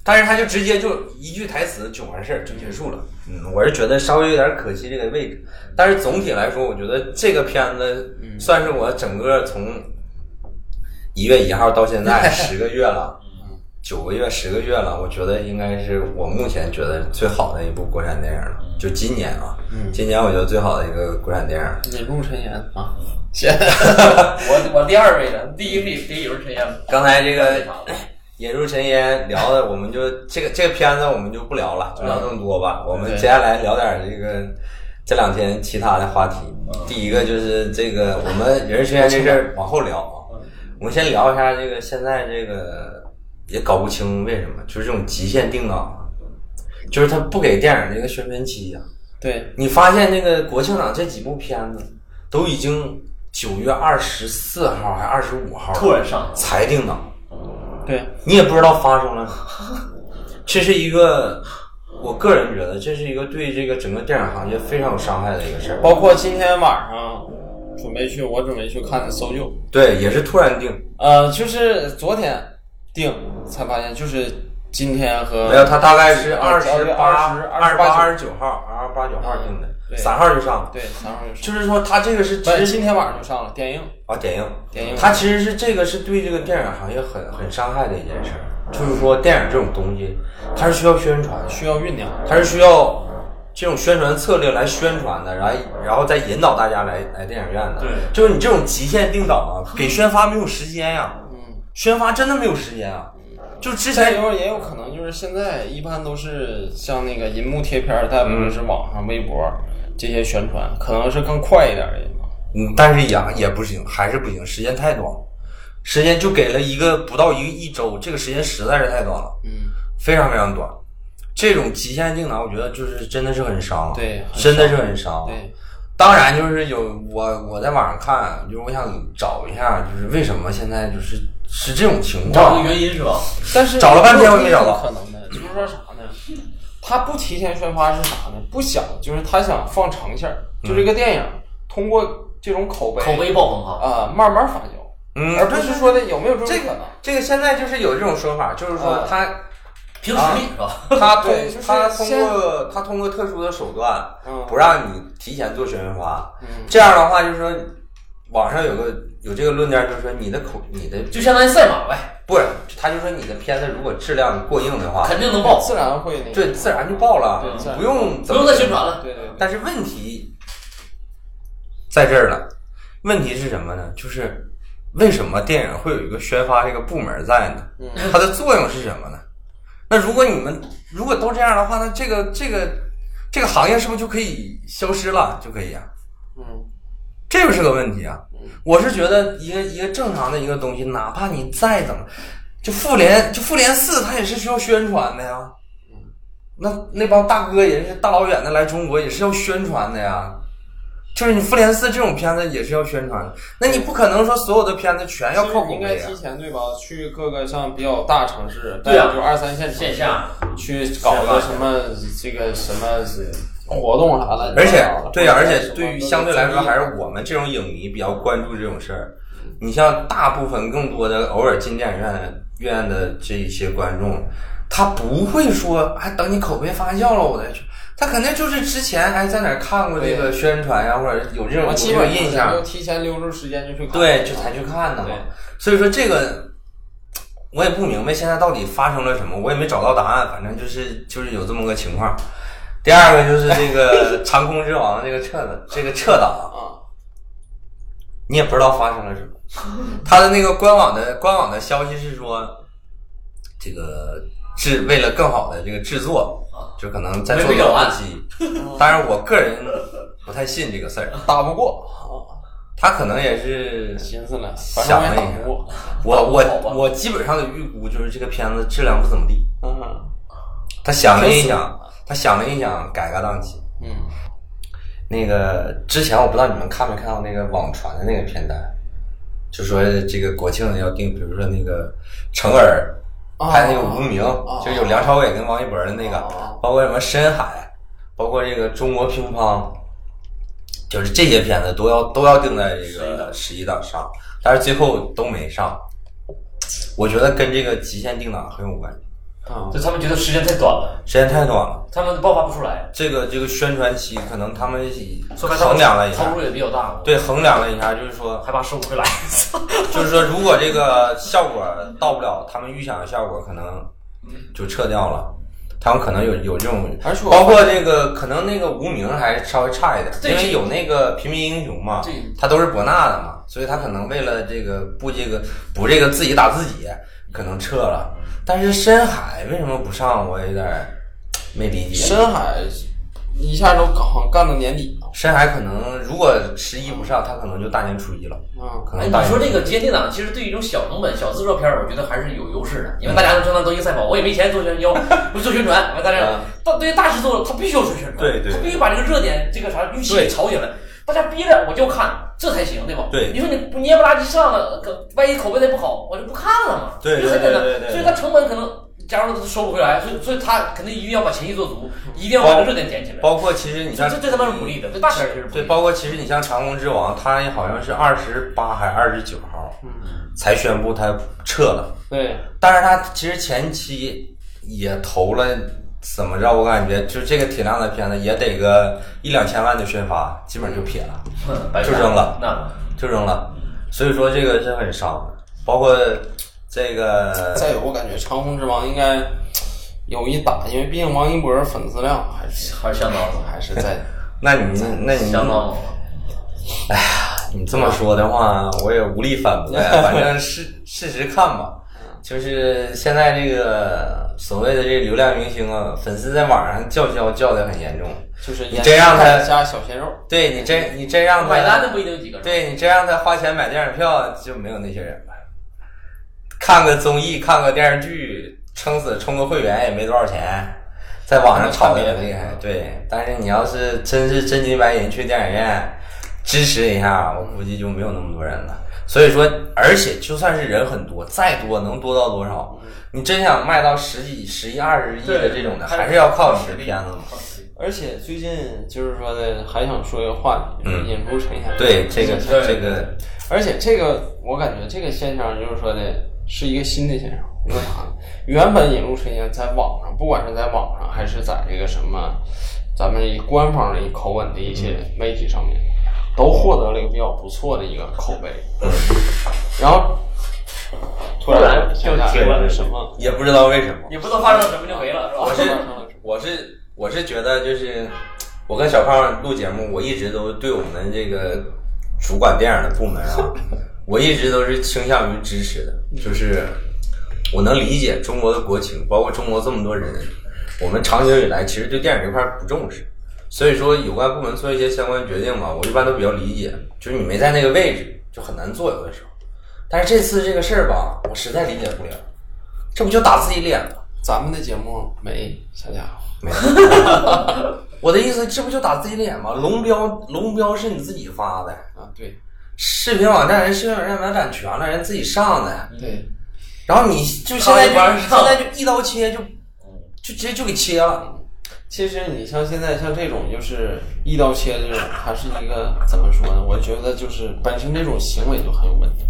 Speaker 1: 但是他就直接就一句台词就完事儿，就结束了。嗯，我是觉得稍微有点可惜这个位置，但是总体来说，我觉得这个片子算是我整个从一月一号到现在十个月了，九个月、十个月了，我觉得应该是我目前觉得最好的一部国产电影了。就今年啊，今年我觉得最好的一个国产电影。
Speaker 2: 引入陈岩啊，
Speaker 1: 嗯
Speaker 2: 先
Speaker 3: 我我第二位的，第一位第一轮陈啊燕了。
Speaker 1: 刚才这个引入尘烟聊的，我们就这个这个片子我们就不聊了，不聊那么多吧。我们接下来聊点这个这两天其他的话题。嗯第一个就是这个我们人事烟这事儿往后聊啊，我们先聊一下这个现在这个也搞不清为什么，就是这种极限定档，就是他不给电影这个宣传期呀、
Speaker 2: 对，
Speaker 1: 你发现那个国庆档这几部片子都已经九月二十四号还二十五号
Speaker 3: 突然上
Speaker 1: 才定档。
Speaker 2: 对，
Speaker 1: 你也不知道发生了。 (laughs) 这是一个，我个人觉得这是一个对这个整个电影行业非常有伤害的一个事儿。
Speaker 2: 包括今天晚上准备去，我准备去看《搜救》。
Speaker 1: 对，也是突然定，
Speaker 2: 呃，就是昨天定才发现，就是今天和
Speaker 1: 没有，他大概是二十
Speaker 2: 28
Speaker 1: 八、
Speaker 2: 28
Speaker 1: 十八、二十九号、二十八九号定的，
Speaker 2: 对
Speaker 1: 三号就上了。
Speaker 2: 对三号就
Speaker 1: 就
Speaker 2: 上，
Speaker 1: 是说，他这个是
Speaker 2: 不是
Speaker 1: 直接
Speaker 2: 今天晚上就上了电影。
Speaker 1: 啊点映，
Speaker 2: 点映
Speaker 1: 他其实是这个是对这个电影行业很很伤害的一件事儿，就是说电影这种东西，它是需要宣传的，
Speaker 2: 需要酝酿，
Speaker 1: 它是需要这种宣传策略来宣传的，然后然后再引导大家来来电影院的。
Speaker 3: 对
Speaker 1: 就是你这种极限定
Speaker 2: (laughs)
Speaker 1: 档啊，给宣发没有时间呀、宣发真的没有时间啊。就之
Speaker 2: 嗯再
Speaker 1: 前
Speaker 2: 有也有可能就是现在一般都是像那个银幕贴片儿，再不
Speaker 1: 嗯
Speaker 2: 就是网上微博这些宣传，可能是更快一点儿也嘛。
Speaker 1: 嗯，但是也也不行，还是不行，时间太短了，时间就给了一个不到一个一周，这个时间实在是太短了，
Speaker 2: 嗯，
Speaker 1: 非常非常短。这种极限定档，我觉得就是真的是很伤，
Speaker 2: 对很
Speaker 1: 真的是很伤，
Speaker 2: 对，
Speaker 1: 当然，就是有我我在网上看，就是我想找一下，就是为什么现在就是是这种情
Speaker 3: 找
Speaker 1: 况
Speaker 3: 个。原因是吧？
Speaker 2: 但是
Speaker 1: 找了半天我也没找到
Speaker 2: 有可能的就是说啥呢？他不提前宣发是啥呢？不想，就是他想放长线儿，就
Speaker 1: 嗯
Speaker 2: 这个电影通过这种口碑
Speaker 3: 口碑爆棚哈。
Speaker 2: 啊、慢慢发酵，
Speaker 1: 嗯，
Speaker 2: 而不是说的有没有这种
Speaker 1: 这
Speaker 2: 可
Speaker 1: 个
Speaker 2: 能。
Speaker 1: 这个现在就是有这种说法，就是说
Speaker 2: 啊
Speaker 1: 他、
Speaker 3: 凭实力是吧？
Speaker 1: 他通
Speaker 2: 对就是
Speaker 1: 他通
Speaker 2: 先
Speaker 1: 过他通过特殊的手段
Speaker 2: 嗯
Speaker 1: 不让你提前做宣发，
Speaker 2: 嗯
Speaker 1: 这样的话就是说网上有个有这个论调，就是说你的口你的
Speaker 3: 就相当于赛马呗，
Speaker 1: 不是，他就说你的片子如果质量过硬的话，
Speaker 3: 肯定能
Speaker 1: 嗯
Speaker 3: 爆，
Speaker 2: 自然会那个。
Speaker 1: 对自然就爆了
Speaker 3: 对
Speaker 2: 嗯
Speaker 3: 自，
Speaker 2: 然
Speaker 1: 不用
Speaker 3: 不
Speaker 1: 怎么
Speaker 3: 用再宣传了。
Speaker 2: 对对对，
Speaker 1: 但是问题在这儿了，问题是什么呢？就是为什么电影会有一个宣发这个部门在呢？它的作用是什么呢？那如果你们如果都这样的话，那这个这个这个行业是不是就可以消失了？就可以啊？
Speaker 2: 嗯
Speaker 1: 这就是个问题啊！我是觉得一个一个正常的一个东西，哪怕你再怎么，就复联就复联四，它也是需要宣传的呀。那那帮大哥也是大老远的来中国，也是要宣传的呀。就是你复联四这种片子也是要宣传的，那你不可能说所有的片子全要靠
Speaker 2: 其实
Speaker 1: 口
Speaker 2: 应该
Speaker 1: 碑啊呀
Speaker 2: 提。前对吧？去各个像比较大城市，
Speaker 3: 对啊
Speaker 2: 再就二三线城市
Speaker 3: 线下
Speaker 2: 去搞个什么这个什么活动啥的。
Speaker 1: 而且
Speaker 2: 搞了
Speaker 1: 对啊呀、而且
Speaker 2: 搞了
Speaker 1: 对于相对来说，还是我们这种影迷比较关注这种事儿。你像大部分更多的偶尔进电影院院的这一些观众，他不会说还等你口碑发酵了我再去，他肯定就是之前还在哪儿看过这个宣传呀、或者有这种
Speaker 2: 我
Speaker 1: 有
Speaker 2: 基
Speaker 1: 这种
Speaker 2: 本
Speaker 1: 印象
Speaker 2: 上就，提前留出时间就去搞
Speaker 1: 对，就才去看的嘛
Speaker 2: 对。
Speaker 1: 所以说这个我也不明白现在到底发生了什么，我也没找到答案。反正就是就是有这么个情况。第二个就是这
Speaker 3: (laughs)
Speaker 1: 个《长空之王》这个撤的这个撤
Speaker 3: 嗯
Speaker 1: 档，
Speaker 2: 啊，
Speaker 1: 你也不知道发生了什么。他的那个官网的官网的消息是说，这个制为了更好的这个制作，就可能在做
Speaker 3: 啊没啊没
Speaker 1: 老
Speaker 3: 找完 (laughs)
Speaker 1: 机。当然，我个人不太信这个事儿，
Speaker 2: 打不过，
Speaker 1: 他可能也
Speaker 3: (laughs)
Speaker 1: 是
Speaker 2: 啊寻思了，反正我也打不过。
Speaker 1: 我
Speaker 3: 好吧
Speaker 1: 我我基本上的预估就是这个片子质量不怎么地。
Speaker 2: 嗯
Speaker 1: 他想了一想，他想了一想，改个档期。
Speaker 2: 嗯，
Speaker 1: 那个之前我不知道你们看没看到那个网传的那个片单，就说这个国庆要定，比如说那个成尔
Speaker 2: 哦
Speaker 1: 拍那个无名
Speaker 2: 哦，
Speaker 1: 就有梁朝伟跟王一博的那个，包括什么深海，包括这个中国乒乓，就是这些片子都要都要定在这个十一档上，但是最后都没上。我觉得跟这个极限定档很有关系，
Speaker 2: 啊，
Speaker 3: 就他们觉得时间太短了，
Speaker 1: 时间太短了。
Speaker 3: 他们爆发不出来，
Speaker 1: 这个这个宣传期可能他们
Speaker 3: 说白了
Speaker 1: 衡量了一
Speaker 3: 投
Speaker 1: 下
Speaker 3: 入，也比较大，，
Speaker 1: 对，衡量了一下，就是说
Speaker 3: 害怕收不回来，
Speaker 1: 就是说，如果这个效果到不了他们预想的效果，可能就撤掉了。他们可能有有这种，
Speaker 2: 而且我
Speaker 1: 包括这个可能那个无名还稍微差一点，
Speaker 3: 对
Speaker 1: 因为有那个平民英雄嘛
Speaker 3: 对，
Speaker 1: 他都是博纳的嘛，所以他可能为了这个不这个不这个自己打自己，可能撤了。但是深海为什么不上，我有点没理解。
Speaker 2: 深海一下都好像干到年底了，
Speaker 1: 深海可能如果十一不上，他可能就大年初一了，
Speaker 2: 嗯，
Speaker 1: 可
Speaker 3: 哎，
Speaker 1: 能
Speaker 3: 你
Speaker 1: 大年
Speaker 3: 说
Speaker 1: 初一
Speaker 3: 这个接电档，其实对于一种小成本、小制作片儿，我觉得还是有优势的，因
Speaker 1: 嗯
Speaker 3: 为大家能承担都一个赛跑，我也没钱做宣销，
Speaker 1: (laughs)
Speaker 3: 不做宣传，完大家
Speaker 1: 嗯
Speaker 3: 到对于大制作，他必须要做宣传，
Speaker 1: 对对
Speaker 3: 他必须把这个热点、这个啥预期
Speaker 1: 对
Speaker 3: 炒起来，大家逼着我就看，这才行，对吧？
Speaker 1: 对
Speaker 3: 你说你不捏不拉几上了，可万一口碑再不好，我就不看了嘛，
Speaker 1: 对
Speaker 3: 就很简单
Speaker 1: 对对对对，
Speaker 3: 所以它成本可能。假如收不回来，所以所以他肯定一定要把前期做足，一定要把这个热点点起来。
Speaker 1: 包括其实你像
Speaker 3: 这对他们是不利的，对大片儿是不利的。
Speaker 1: 对，包括其实你像《长空之王》，他好像是二十八还二十九号才宣布他撤了，
Speaker 2: 对，
Speaker 1: 但是他其实前期也投了，怎么着？我感觉就这个体量的片子也得个一两千万的宣发，基本就撇了，
Speaker 3: 嗯白
Speaker 1: 就
Speaker 3: 干
Speaker 1: 扔了
Speaker 3: 那
Speaker 1: 就扔了。所以说这个是很伤的，包括这个
Speaker 2: 再有我感觉《长空之王》应该有一打，因为毕竟王一博粉丝量还是
Speaker 3: 还是相当的，
Speaker 2: 还是在，
Speaker 1: 那你那你
Speaker 3: 相当的。
Speaker 1: 你这么说的话，我也无力反驳 (laughs) 呀。反正事事实看吧，就是现在这个所谓的这流量明星啊，粉丝在网上叫嚣叫的很严重。
Speaker 2: 就是
Speaker 1: 你真让他
Speaker 2: 加小鲜肉，
Speaker 1: 对你真你真让他
Speaker 3: 买单的不一定有几个人。
Speaker 1: 对你真让他花钱买电影票，就没有那些人了。看个综艺，看个电视剧，撑死充个会员也没多少钱，在网上炒的很厉害。对，但是你要是真是真金白银去电影院支持一下，我估计就没有那么多人了。所以说，而且就算是人很多，再多能多到多少？你真想卖到十几、十一、二十亿的这种的，
Speaker 3: 对
Speaker 1: 还是要靠你的片子嘛。
Speaker 2: 而且最近就是说的还想说一个话题，就是
Speaker 1: 嗯
Speaker 2: 引出陈翔，
Speaker 1: 对，这个
Speaker 3: 对
Speaker 1: 这个，
Speaker 2: 而且这个我感觉这个现象就是说的是一个新的现象，因为啥呢？啊原本引入春烟在网上，不管是在网上还是在这个什么，咱们官方的口吻的一些媒体上面，都获得了一个比较不错的一个口碑。然后突
Speaker 3: 然就
Speaker 2: 想起来
Speaker 3: 停了
Speaker 2: 是什么？
Speaker 1: 也不知道为什么。
Speaker 3: 也不知道发生什么就没了，是吧？
Speaker 1: 我是我是我是觉得就是我跟小胖录节目，我一直都对我们这个主管电影的部门啊，我一直都是倾向于支持的，就是我能理解中国的国情，包括中国这么多人，我们长久以来其实对电影这块儿不重视。所以说，有关部门做一些相关决定嘛，我一般都比较理解。就是你没在那个位置，就很难做有的时候。但是这次这个事儿吧，我实在理解不了，这不就打自己脸吗？
Speaker 2: 咱们的节目没下架，
Speaker 1: 没有。我的意思，这不就打自己脸吗？龙标，龙标是你自己发的，
Speaker 2: 啊？对
Speaker 1: 视频网站人视频网站买版权了，人自己上的，
Speaker 2: 对，
Speaker 1: 然后你就现在就
Speaker 3: 上一
Speaker 1: 现
Speaker 3: 班
Speaker 1: 在就一刀切，就就直接就给切了。
Speaker 2: 其实你像现在像这种就是一刀切这种，它是一个怎么说呢？我觉得就是本身这种行为就很有问题。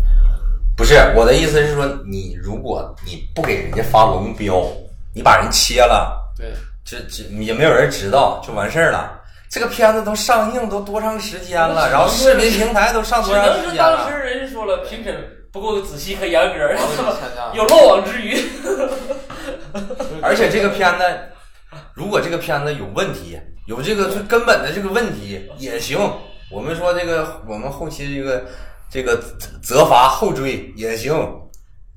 Speaker 1: 不是我的意思是说，你如果你不给人家发龙标，你把人切了，
Speaker 2: 对，
Speaker 1: 这这也没有人知道，就完事儿了。这个片子都上映都多长时间了，然后视频平台都上
Speaker 3: 只
Speaker 1: 多长
Speaker 3: 能
Speaker 1: 时
Speaker 3: 是
Speaker 1: 间
Speaker 3: 当
Speaker 1: 了
Speaker 3: 时？人家说了，评审不够仔细和严格，是吧
Speaker 2: 恰恰
Speaker 3: (laughs) 有漏网之鱼。
Speaker 1: 而且这个片子，如果这个片子有问题，有这个最根本的这个问题也行。我们说这个，我们后期这个这个责罚后追也行。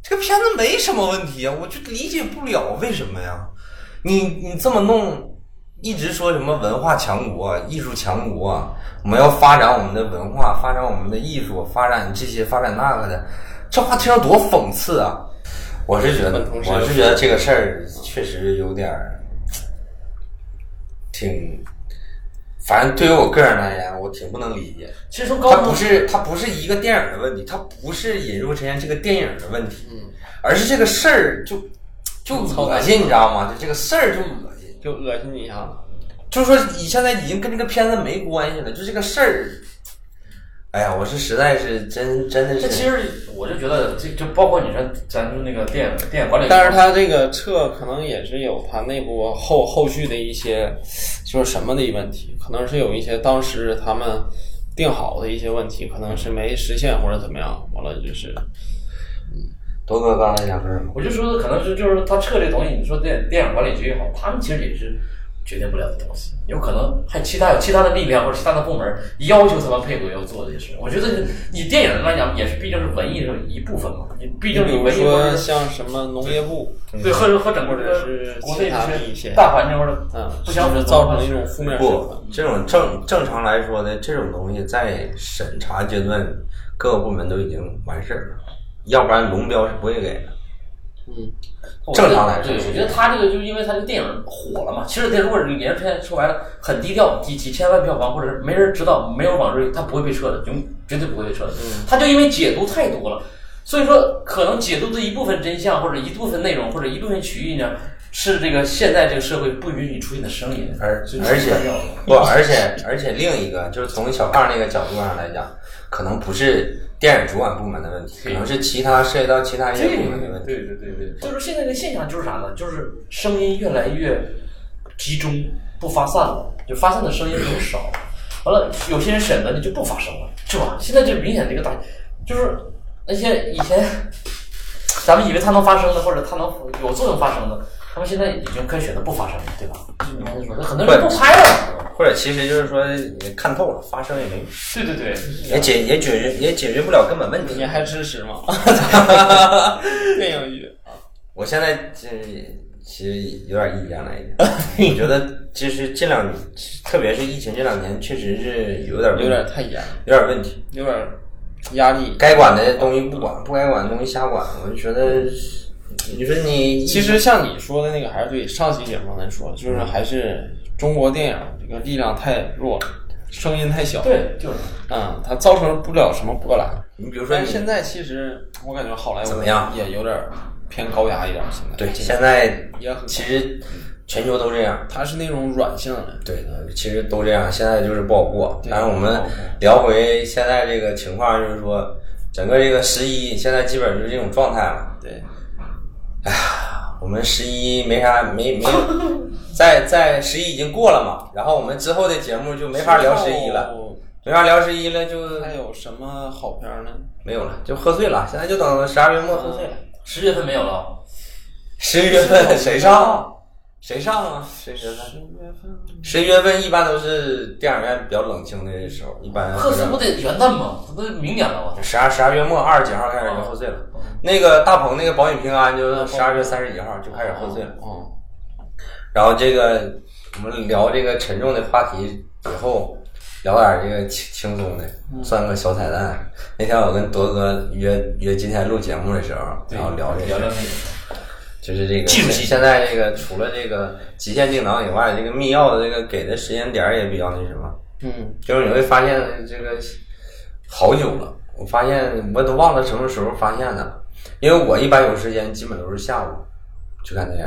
Speaker 1: 这个片子没什么问题啊，我就理解不了为什么呀？你你这么弄，一直说什么文化强国、啊艺术强国，啊我们要发展我们的文化，发展我们的艺术，发展这些，发展那个的，这话听着多讽刺啊！我是觉得
Speaker 2: 本，同事
Speaker 1: 我是觉得这个事儿确实有点儿，挺，反正对于我个人而言，我挺不能理解。
Speaker 3: 其实从高
Speaker 1: 它
Speaker 3: 中
Speaker 1: 不是它不是一个电影的问题，它不是引入陈岩这个电影的问
Speaker 3: 嗯
Speaker 1: 题，而是这个事儿就就恶心，你知道吗？就这个事儿就恶心。
Speaker 2: 就恶心你一下子。
Speaker 1: 就是说你现在已经跟这个片子没关系了，就这个事儿。哎呀，我是实在是真真的
Speaker 3: 这其
Speaker 1: 是，
Speaker 3: 实我就觉得，这就包括你说咱们那个电影电影管理，
Speaker 2: 但是他这个撤可能也是有他内部后后续的一些，就是什么的一问题，可能是有一些当时他们定好的一些问题，可能是没实现或者怎么样，完了就是
Speaker 1: 多哥刚才想说什么？
Speaker 3: 我就说可能是就是他撤这东西，你说电电影管理局也好，他们其实也是决定不了的东西，有可能还其他有其他的力量或者其他的部门要求他们配合要做这些事。我觉得你电影来讲也是，毕竟是文艺的一部分嘛，你毕
Speaker 2: 比
Speaker 3: 竟你
Speaker 2: 如
Speaker 3: 文艺或
Speaker 2: 说
Speaker 3: 者
Speaker 2: 像什么农业部，
Speaker 3: 对和和整个
Speaker 2: 或
Speaker 3: 这
Speaker 2: 者
Speaker 3: 个
Speaker 2: 是
Speaker 3: 国内
Speaker 2: 其他的
Speaker 3: 这
Speaker 2: 一些
Speaker 3: 些大环境或者
Speaker 2: 嗯，
Speaker 3: 不相
Speaker 2: 是不
Speaker 3: 符的
Speaker 2: 是造
Speaker 3: 话
Speaker 2: 成一种负面时刻
Speaker 1: 不，这种正正常来说呢，这种东西在审查阶段，各个部门都已经完事儿了，要不然龙标是不会给的。
Speaker 2: 嗯，
Speaker 1: 正常来说
Speaker 3: 对，，我觉得他这个就是因为他这个电影火了嘛。其实电如果你连片说白了很低调，几几千万票房，或者是没人知道，没有网追，他不会被撤的，永绝对不会被撤的。
Speaker 1: 嗯
Speaker 3: 他就因为解读太多了，所以说可能解读的一部分真相，或者一部分内容，或者一部分曲艺呢，是这个现在这个社会不允许出现的声音。
Speaker 1: 而
Speaker 3: 所以
Speaker 1: 而且
Speaker 3: 就删掉了
Speaker 1: 不，而且而且另一个就是从小胖那个角度上来讲，可能不是电影主管部门的问题，可
Speaker 3: 对
Speaker 1: 能是其他涉及到其他一些部门的问题。
Speaker 3: 对对对对，就是现在的现象就是啥呢？就是声音越来越集中，不发散了，就发散的声音更少了。完了，有些人审的你就不发声了，是吧？现在就明显这个大，就是那些以前咱们以为它能发声的，或者它能有作用发声的，他们现在已经可以选择不发声了，对吧？就是你刚才说的，很多人不拍了。
Speaker 1: 或者其实就是说你看透了，发声也没用，
Speaker 3: 对对对，
Speaker 1: 也解也解决也解决不了根本问题
Speaker 2: 你。还支持吗？ (laughs) 电影剧
Speaker 1: 我现在这其实有点意见来着，我觉得其实这两，特别是疫情这两年，确实是有点问
Speaker 2: 有点
Speaker 1: 题，
Speaker 2: 太严了，
Speaker 1: 有点问题。
Speaker 2: 有点压力。
Speaker 1: 该管的东西不管，不该管的东西瞎管，我就觉得，你说你
Speaker 2: 其实像你说的那个，还是对上期节目咱说，就是还是中国电影这个力量太弱了，声音太小，，
Speaker 3: 对，就是
Speaker 2: 嗯，它造成不了什么波澜。
Speaker 1: 你比
Speaker 2: 比
Speaker 1: 如说你
Speaker 2: 现在其实我感觉好莱坞
Speaker 1: 怎么样
Speaker 2: 也有点偏高压一点，现在
Speaker 1: 对，现在
Speaker 2: 也很，
Speaker 1: 其实全球都这样，
Speaker 2: 它是那种软性的，
Speaker 1: 对，其实都这样，现在就是不好过。
Speaker 2: 对
Speaker 1: 但是我们聊回现在这个情况，就是说，整个这个十一现在基本就是这种状态了。哎
Speaker 2: 对，
Speaker 1: 我们十一没啥，没 (laughs) 没，在在十一已经过了嘛，然后我们之后的节目就没法聊十一了，。没法聊十一了就
Speaker 2: 还有什么好片儿呢？
Speaker 1: 没有了，就喝醉了。现在就等十二月末喝醉了。
Speaker 3: 十月份没有了，
Speaker 1: 十一月份谁上？谁上啊？谁谁上？
Speaker 2: 十月份
Speaker 1: 十一月份一般都是电影院比较冷清的时候，一般
Speaker 3: 贺岁不得元旦吗？这不是明年了吗？
Speaker 1: 十二十二月末二十几号开始就喝醉了。
Speaker 3: 哦
Speaker 1: 那个大鹏那个保险平安就是十二月三十一号就开始喝醉了。
Speaker 2: 哦，
Speaker 1: 然后这个我们聊这个沉重的话题以后，聊点这个轻轻松
Speaker 3: 嗯
Speaker 1: 的，算个小彩蛋。那天我跟铎哥约约今天录节目的时候，然后聊这
Speaker 3: 聊聊
Speaker 1: 个
Speaker 3: 那，个。
Speaker 1: 就是这个
Speaker 3: 技术性
Speaker 1: 现在这个除了这个极限定档以外，这个密钥的这个给的时间点儿也比较那什么。
Speaker 2: 嗯，
Speaker 1: 就是你会发现这个好久了，我发现我都忘了什么时候发现的，因为我一般有时间基本都是下午去看电影，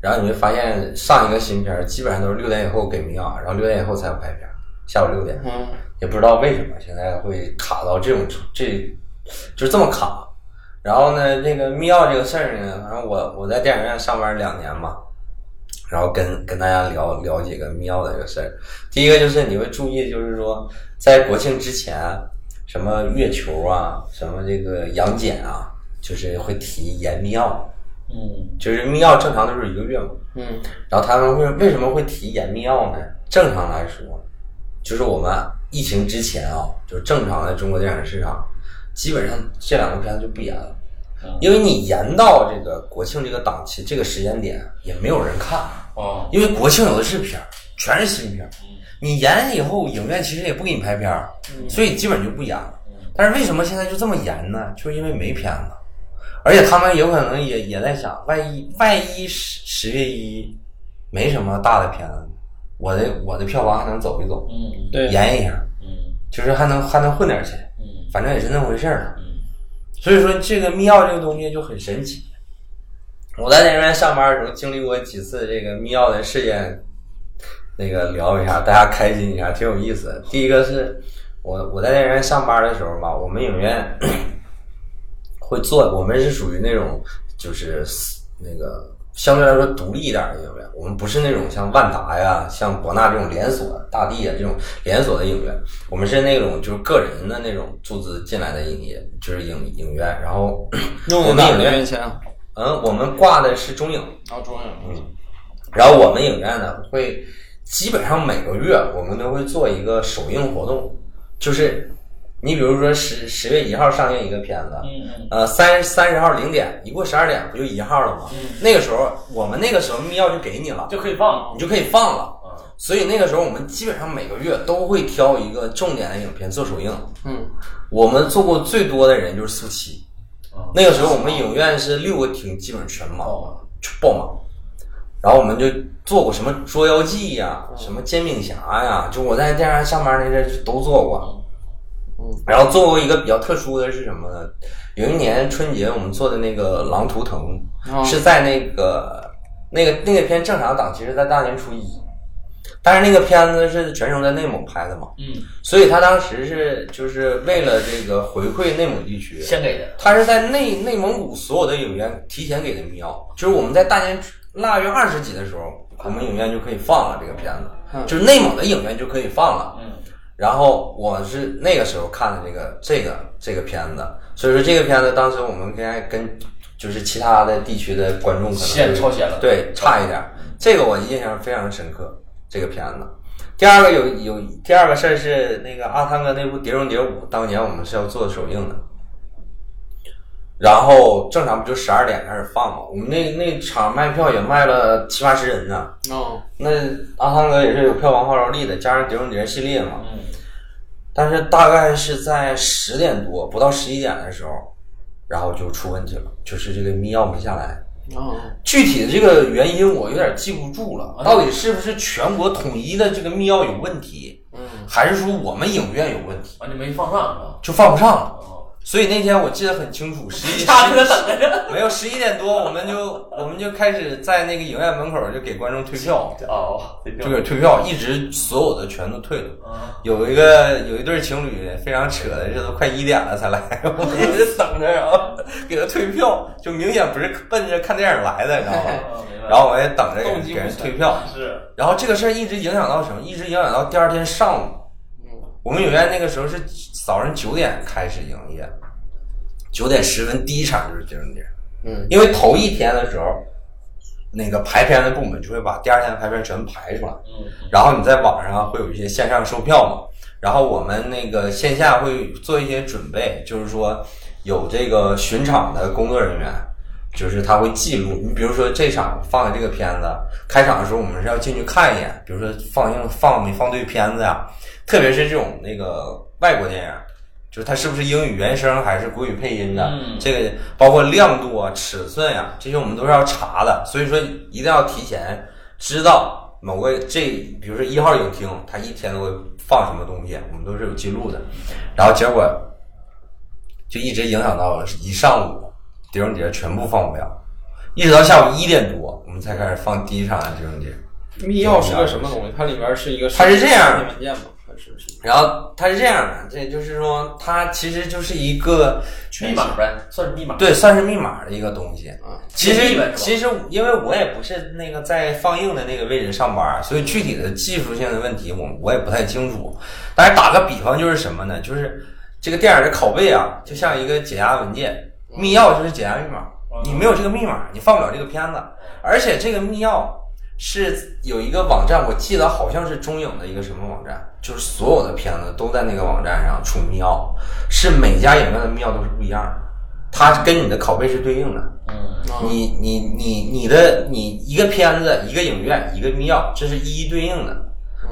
Speaker 1: 然后你会发现上一个新片儿基本上都是六点以后给明啊，然后六点以后才有拍片儿，下午六点，
Speaker 2: 嗯，
Speaker 1: 也不知道为什么现在会卡到这种这就是这么卡。然后呢，那个密钥这个事儿呢，反正我我在电影院上班两年嘛，然后跟跟大家聊聊几个密钥的这个事儿。第一个就是你会注意，就是说在国庆之前，什么月球啊，什么这个杨戬啊，就是会提延密钥，
Speaker 3: 嗯，
Speaker 1: 就是密钥正常都是一个月嘛，
Speaker 2: 嗯，
Speaker 1: 然后他们会为什么会提延密钥呢？正常来说，就是我们疫情之前啊，就是正常的中国电影市场，基本上这两个片子就不演了
Speaker 3: 嗯，
Speaker 1: 因为你延到这个国庆这个档期这个时间点，也没有人看，
Speaker 3: 哦，
Speaker 1: 因为国庆有的是片儿，全是新片儿。你延以后，影院其实也不给你拍片儿，所以基本就不演了。但是为什么现在就这么严呢？就是因为没片子，而且他们有可能也也在想，万一万一十十月一没什么大的片子，我的我的票房还能走一走，
Speaker 3: 嗯
Speaker 2: 对，
Speaker 1: 延一下，
Speaker 3: 嗯
Speaker 1: 就是还能还能混点钱，
Speaker 3: 嗯
Speaker 1: 反正也是那么回事儿了。
Speaker 3: 嗯
Speaker 1: 所以说这个密钥这个东西就很神奇。我在那边上班的时候经历过几次这个密钥的事件，那个聊一下，大家开心一下，挺有意思。第一个是我我在电影院上班的时候吧，我们影院 (clears throat) 会做，我们是属于那种就是那个相对来说独立一点的影院，我们不是那种像万达呀、像博纳这种连锁、大地呀这种连锁的影院，我们是那种就是个人的那种注资进来的影业，就是影影院。然后 (clears throat) 我
Speaker 2: 用
Speaker 1: 们
Speaker 2: 哪
Speaker 1: 影
Speaker 2: 个
Speaker 1: 院
Speaker 2: 面前啊？
Speaker 1: 嗯，我们挂的是中影，
Speaker 2: 啊，中影。
Speaker 1: 然后我们影院呢会基本上每个月我们都会做一个首映活动，就是你比如说十十月一号上映一个片子，
Speaker 3: 嗯嗯，
Speaker 1: 呃，三三十号零点一过十二点不就一号了吗？那个时候我们那个时候密钥就给你了，
Speaker 3: 就可以放。
Speaker 1: 你就可以放了。
Speaker 3: 啊，
Speaker 1: 所以那个时候我们基本上每个月都会挑一个重点的影片做首映。
Speaker 2: 嗯，
Speaker 1: 我们做过最多的人就是速七
Speaker 2: 啊
Speaker 3: 哦，
Speaker 1: 那个时候我们影院是六个厅基本上全满
Speaker 3: 哦，
Speaker 1: 全爆满。然后我们就做过什么《捉妖记》呀，什么《煎饼侠》呀，就我在电视台上班那阵儿就都做过。
Speaker 2: 嗯，
Speaker 1: 然后做过一个比较特殊的是什么呢？有一年春节我们做的那个《狼图腾》，
Speaker 2: 啊
Speaker 1: 是在那个那个那个片正常档期是在大年初一，但是那个片子是全程在内蒙拍的嘛，
Speaker 3: 嗯，
Speaker 1: 所以他当时是就是为了这个回馈内蒙地区，
Speaker 3: 先给的。
Speaker 1: 他是在内内蒙古所有的影院提前给的密钥，就是我们在大年初腊月二十几的时候，我们影院就可以放了这个片子，
Speaker 2: 嗯
Speaker 1: 就是内蒙的影院就可以放了。
Speaker 3: 嗯，
Speaker 1: 然后我是那个时候看的这个这个这个片子，所以说这个片子当时我们应该跟就是其他的地区的观众可能
Speaker 3: 先
Speaker 1: 会
Speaker 3: 超前了。
Speaker 1: 对，差一点儿。这个我印象非常深刻，这个片子。第二个有有第二个事儿是那个阿汤哥那部《碟中谍五》，当年我们是要做首映的，然后正常不就十二点开始放嘛？我们那那场卖票也卖了七八十人呢。
Speaker 2: 哦，
Speaker 1: 那阿汤哥也是有票房号召力的，加上《碟中谍》系列嘛，
Speaker 3: 嗯，
Speaker 1: 但是大概是在十点多不到十一点的时候，然后就出问题了，就是这个密钥没下来。
Speaker 2: 哦，
Speaker 1: 具体的这个原因我有点记不住
Speaker 3: 啊
Speaker 1: 了，到底是不是全国统一的这个密钥有问题，
Speaker 2: 嗯，
Speaker 1: 还是说我们影院有问题，
Speaker 3: 完就没放上是吧？
Speaker 1: 就放不上了？
Speaker 3: 哦，
Speaker 1: 所以那天我记得很清楚，十
Speaker 3: (laughs)
Speaker 1: 一
Speaker 3: 大哥等着。
Speaker 1: 没有十一点多，我们就我们就开始在那个影院门口就给观众退票，
Speaker 3: 哦，对
Speaker 1: 就给退票，一直所有的全都退了。
Speaker 3: 啊，
Speaker 1: 有一个有一对情侣非常扯的，这都快一点了才来， (laughs) 我们一直等着，然后给他退票，就明显不是奔着看电影来的，你知道吗？
Speaker 3: 明白。
Speaker 1: 然后我也等着给
Speaker 2: 动
Speaker 1: 人
Speaker 2: 机
Speaker 1: 给
Speaker 2: 不
Speaker 1: 人
Speaker 2: 纯
Speaker 1: 退票，
Speaker 3: 是，
Speaker 1: 然后这个事儿一直影响到什么？一直影响到第二天上午。
Speaker 2: 嗯，
Speaker 1: 我们影院那个时候是早上九点开始营业，九点十分第一场就是《碟中谍》，
Speaker 2: 嗯，
Speaker 1: 因为头一天的时候，那个排片的部门就会把第二天的排片全排出来，
Speaker 3: 嗯，
Speaker 1: 然后你在网上会有一些线上售票嘛，然后我们那个线下会做一些准备，就是说有这个巡场的工作人员，就是他会记录，你比如说这场放的这个片子，开场的时候我们是要进去看一眼，比如说放映放没放对片子呀、特别是这种那个外国电影。就是它是不是英语原声还是国语配音的？
Speaker 3: 嗯
Speaker 1: 这个包括亮度啊、尺寸呀、这些我们都是要查的，所以说一定要提前知道某个这，比如说一号影厅，它一天都会放什么东西，我们都是有记录的。然后结果就一直影响到了一上午，《碟中谍》全部放不了，一直到下午一点多，我们才开始放第一场的《碟中谍》。
Speaker 2: 密钥是个什么东西？它里边是一个，
Speaker 1: 它是这样
Speaker 2: 文件吗？还是是？
Speaker 1: 然后它是这样的，这就是说，它其实就是一个
Speaker 3: 密码呗，算是密码。
Speaker 1: 对，算是密码的一个东西。
Speaker 2: 啊，
Speaker 1: 其
Speaker 3: 建
Speaker 1: 实
Speaker 3: 议呗是吧
Speaker 1: 其实因为我也不是那个在放映的那个位置上班，所以具体的技术性的问题我我也不太清楚。但是打个比方就是什么呢？就是这个电影的拷贝啊，就像一个解压文件，密钥就是解压密码。你没有这个密码，你放不了这个片子。而且这个密钥是有一个网站，我记得好像是中影的一个什么网站，就是所有的片子都在那个网站上出密钥，是每家影院的密钥都是不一样的，它跟你的拷贝是对应的。
Speaker 3: 嗯，
Speaker 1: 你你你你的你一个片子一个影院一个密钥，这是一一对应的，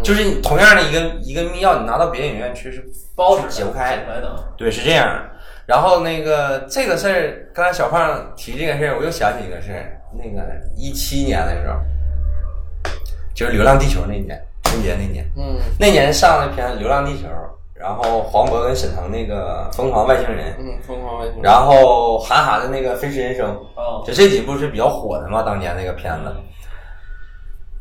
Speaker 1: 就是你同样的一个一个密钥，你拿到别的影院去是
Speaker 3: 包纸
Speaker 1: 解不开
Speaker 3: 解不
Speaker 1: 的。
Speaker 3: 开的。
Speaker 1: 对，是这样的。然后那个这个事儿，刚才小胖提这个事儿，我又想起一个事儿，那个一七年的时候，就是《流浪地球》那年，春节那年，
Speaker 2: 嗯
Speaker 1: 那年上的片《流浪地球》，然后黄渤跟沈腾那个《疯狂外星人》，
Speaker 2: 嗯，疯狂外星人。
Speaker 1: 然后韩寒的那个《飞驰人生》，
Speaker 3: 哦，
Speaker 1: 就这几部是比较火的嘛，当年那个片子。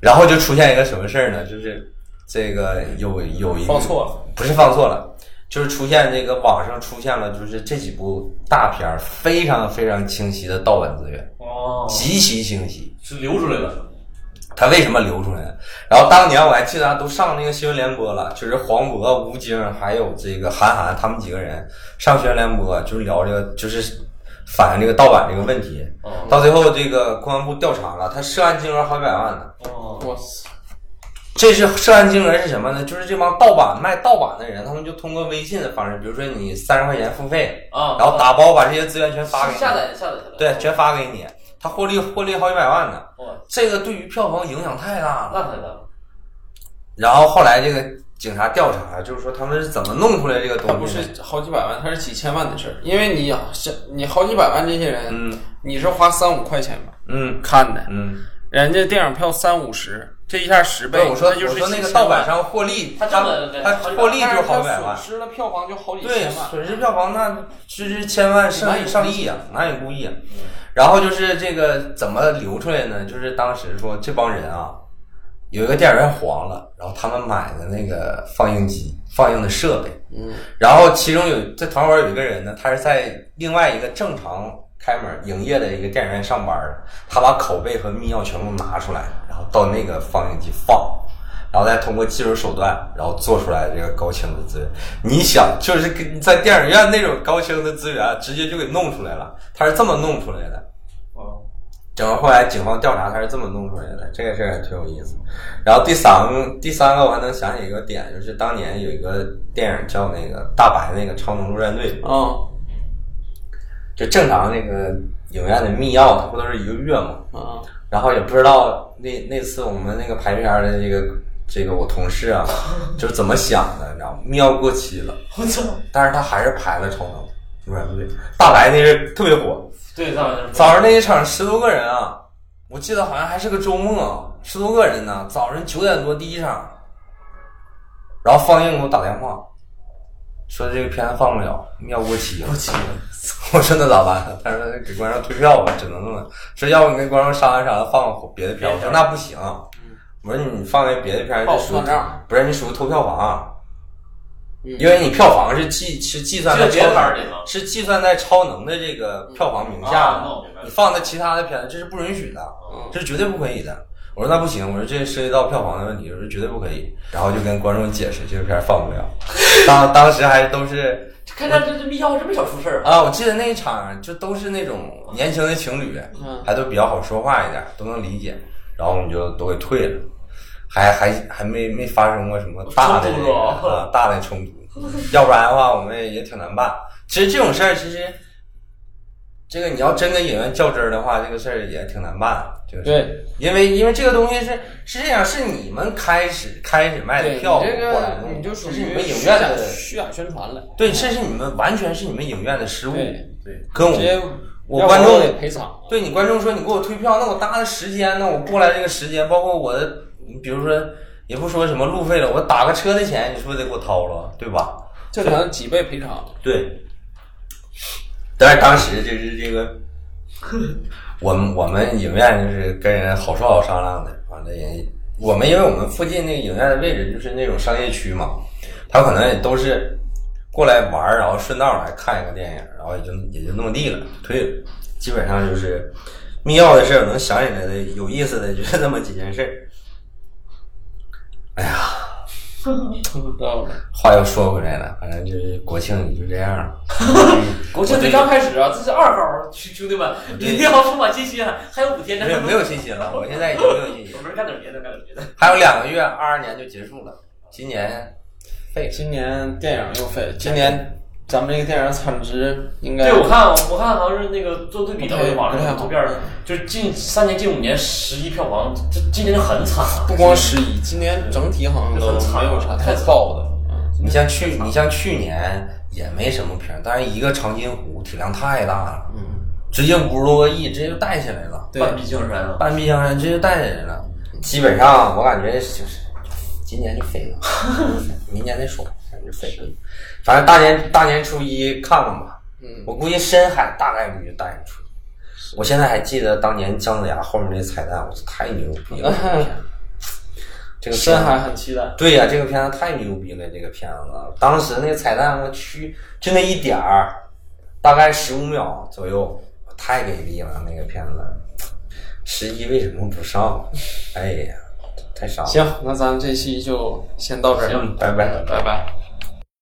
Speaker 1: 然后就出现一个什么事儿呢？就是这个有有一
Speaker 2: 放错了，
Speaker 1: 不是放错了，就是出现这个网上出现了，就是这几部大片儿非常非常清晰的盗版资源，
Speaker 3: 哦，
Speaker 1: 极其清晰。
Speaker 3: 是流出来的，
Speaker 1: 他为什么流出来的？然后当年我还记得都上那个新闻联播了，就是黄渤、吴京还有这个韩寒他们几个人上新闻联播，就是聊这个，就是反映这个盗版这个问题。
Speaker 3: 哦
Speaker 1: 到最后，这个公安部调查了，他涉案金额好几百万呢。
Speaker 3: 哦，
Speaker 2: 我操，
Speaker 1: 这是涉案金额是什么呢？就是这帮盗版卖盗版的人，他们就通过微信的方式，比如说你三十块钱付费，
Speaker 3: 啊，
Speaker 1: 然后打包把这些资源全发给你，
Speaker 3: 下载下载下载，
Speaker 1: 对，全发给你，他获利获利好几百万呢。
Speaker 3: 哇，
Speaker 1: 这个对于票房影响太大了。
Speaker 3: 那太大了，
Speaker 1: 然后后来这个警察调查，就是说他们是怎么弄出来这个
Speaker 2: 他
Speaker 1: 东
Speaker 2: 不
Speaker 1: 西
Speaker 2: 是
Speaker 1: 的？
Speaker 2: 好几百万，他是几千万的事儿。因为你是你好几百万这些人，
Speaker 1: 嗯
Speaker 2: 你是花三五块钱吧
Speaker 1: 嗯
Speaker 2: 看的，
Speaker 1: 嗯。
Speaker 2: 人家电影票三五十，这一下十倍，
Speaker 1: 对，我说
Speaker 2: 那就
Speaker 1: 我
Speaker 2: 是
Speaker 1: 说那
Speaker 2: 几
Speaker 1: 个
Speaker 2: 千
Speaker 1: 盗版
Speaker 2: 万
Speaker 1: 商获利，
Speaker 3: 他
Speaker 1: 他
Speaker 3: 这么
Speaker 1: 他
Speaker 3: 好几百
Speaker 1: 获
Speaker 3: 万
Speaker 1: 利就
Speaker 2: 但
Speaker 1: 好
Speaker 2: 是
Speaker 1: 几
Speaker 2: 他
Speaker 1: 百万
Speaker 2: 损，失了票房就好几
Speaker 1: 对，
Speaker 2: 千万。
Speaker 1: 损失票房那这是千万
Speaker 2: 难
Speaker 1: 上
Speaker 2: 以
Speaker 1: 上亿啊，难以估计啊。然后就是这个怎么流出来呢？就是当时说这帮人啊，有一个电影院黄了，然后他们买的那个放映机放映的设备，
Speaker 2: 嗯，
Speaker 1: 然后其中有在团伙有一个人呢，他是在另外一个正常开门营业的一个电影院上班的，他把拷贝和密钥全部拿出来，然后到那个放映机放。然后再通过技术手段，然后做出来这个高清的资源。你想，就是跟在电影院那种高清的资源，啊直接就给弄出来了。他是这么弄出来的。
Speaker 3: 哦，
Speaker 1: 整个后来警方调查，他是这么弄出来的，这个事儿还挺有意思。然后第三个，第三个我还能想起一个点，就是当年有一个电影叫那个大白那个《超能陆战队》，
Speaker 2: 啊
Speaker 1: 嗯就正常那个影院的密钥，它不都是一个月吗？
Speaker 2: 啊，
Speaker 1: 然后也不知道那那次我们那个排片儿的这个这个我同事啊，就是怎么想的，你知道吗？密钥过期了，
Speaker 3: 我操，
Speaker 1: 但是他还是排了《超能陆战队》，大白那是特别火。
Speaker 3: 对，那玩意儿
Speaker 1: 早上那一场十多个人啊，我记得好像还是个周末，十多个人呢。早上九点多第一场，然后放映给我打电话，说这个片子放不了，要过期了。
Speaker 3: 期
Speaker 1: (laughs) 我说那咋办？他说给观众退票吧，只能这么。说要不你跟观众商量商量，放个别的片儿。我说那不行，
Speaker 3: 嗯
Speaker 1: 我说你放个别的片儿，
Speaker 2: 报
Speaker 1: 这属于
Speaker 2: 算账
Speaker 1: 不是你属于偷票房。
Speaker 2: 嗯
Speaker 1: 因为你票房是计是计算在
Speaker 3: 计算
Speaker 1: 超
Speaker 3: 别的片儿里吗
Speaker 1: 能是计算在超能的这个票房名下
Speaker 3: 啊那我明白
Speaker 1: 的，
Speaker 3: 了
Speaker 1: 你放在其他的片子这是不允许的，
Speaker 2: 嗯
Speaker 1: 这是绝对不可以的。我说那不行，我说这涉及到票房的问题，我说绝对不可以。然后就跟观众解释这个片儿放不了，当当时还都是
Speaker 3: 看看这这密钥这么小出事儿啊，
Speaker 1: 啊，我记得那一场就都是那种年轻的情侣，
Speaker 2: 嗯
Speaker 1: 还都比较好说话一点，都能理解。然后我们就都给退了，还还还没没发生过什么大的这
Speaker 3: 冲
Speaker 1: 个
Speaker 3: 突啊
Speaker 1: 啊大的冲突，要不然的话我们也挺难办。其实这种事儿，其实这个你要真跟演员较真儿的话，这个事儿也挺难办。这个事儿
Speaker 2: 对，
Speaker 1: 因为因为这个东西是是这样，是你们开始开始卖
Speaker 2: 对
Speaker 1: 的
Speaker 2: 你
Speaker 1: 票，
Speaker 2: 这
Speaker 1: 过来
Speaker 2: 个
Speaker 1: 弄
Speaker 2: 你就属
Speaker 1: 这
Speaker 2: 于
Speaker 1: 是你们影
Speaker 2: 虚
Speaker 1: 院
Speaker 2: 假
Speaker 1: 的
Speaker 2: 虚假宣传了。
Speaker 1: 对，这是你们完全是你们影院的失误。
Speaker 2: 对
Speaker 1: 对，跟
Speaker 2: 直接
Speaker 1: 我我
Speaker 2: 要不
Speaker 1: 观众
Speaker 2: 得赔偿。
Speaker 1: 对你观众说你给我退票，那我搭的时间，那我过来这个时间，包括我的，比如说也不说什么路费了，我打个车的钱，你是不是得给我掏了，对吧？
Speaker 2: 这可能几倍赔 (laughs) 偿。
Speaker 1: 对。但是当时就是这个，我们我们影院就是跟人好说好商量的，完了人我们因为我们附近那个影院的位置就是那种商业区嘛，他可能也都是过来玩儿，然后顺道来看一个电影，然后也就也就那么地了，退了。基本上就是密钥的事儿，能想起来的有意思的就是那么几件事儿。
Speaker 2: 知道了，
Speaker 1: 话又说回来了，反正就是国庆也就这样了。
Speaker 3: 国庆才刚开始啊，这是二号，兄兄弟们，一定要充满信心啊，还有五天呢，
Speaker 1: 没有没有信心了，我现在已经没有信心
Speaker 3: 我。们干点别的，干点别的。
Speaker 1: 还有两个月，二二年就结束了。今年
Speaker 2: 废。今年电影又废，今年咱们这个电影产值应该
Speaker 3: 对，我看啊我看好像是那个做对比的
Speaker 2: 不太
Speaker 3: 网
Speaker 2: 不
Speaker 3: 上
Speaker 2: 太
Speaker 3: 有
Speaker 2: 好
Speaker 3: 图片儿，就是近三年、近五年十一票房，这今年就很惨啊。
Speaker 2: 不光十一，今年整体好像都没有啥太爆的。嗯
Speaker 1: 你像去你像去年也没什么片儿，但是一个长津湖体量太大了，
Speaker 2: 嗯，
Speaker 1: 直接五十多个亿，直接就带起来了。
Speaker 2: 对，
Speaker 3: 半壁江山啊！
Speaker 1: 半壁江山直接带起来了。基本上我感觉就是今年就废了， (laughs) 明年再说，反正就废了。反正大年大年初一看看吧。
Speaker 2: 嗯
Speaker 1: 我估计深海大概率就带你出去。我现在还记得当年姜子牙后面那彩蛋，我操，太牛逼了！这个片
Speaker 2: 深
Speaker 1: 子
Speaker 2: 海很期待。
Speaker 1: 对呀、这个片子太牛逼了，这个片子当时那个彩蛋，我去，就那一点儿，大概十五秒左右，太给力了那个片子。十一为什么不上？哎呀，太傻了。
Speaker 2: 行，那咱们这期就先到这儿，
Speaker 1: 拜拜。
Speaker 2: 拜拜。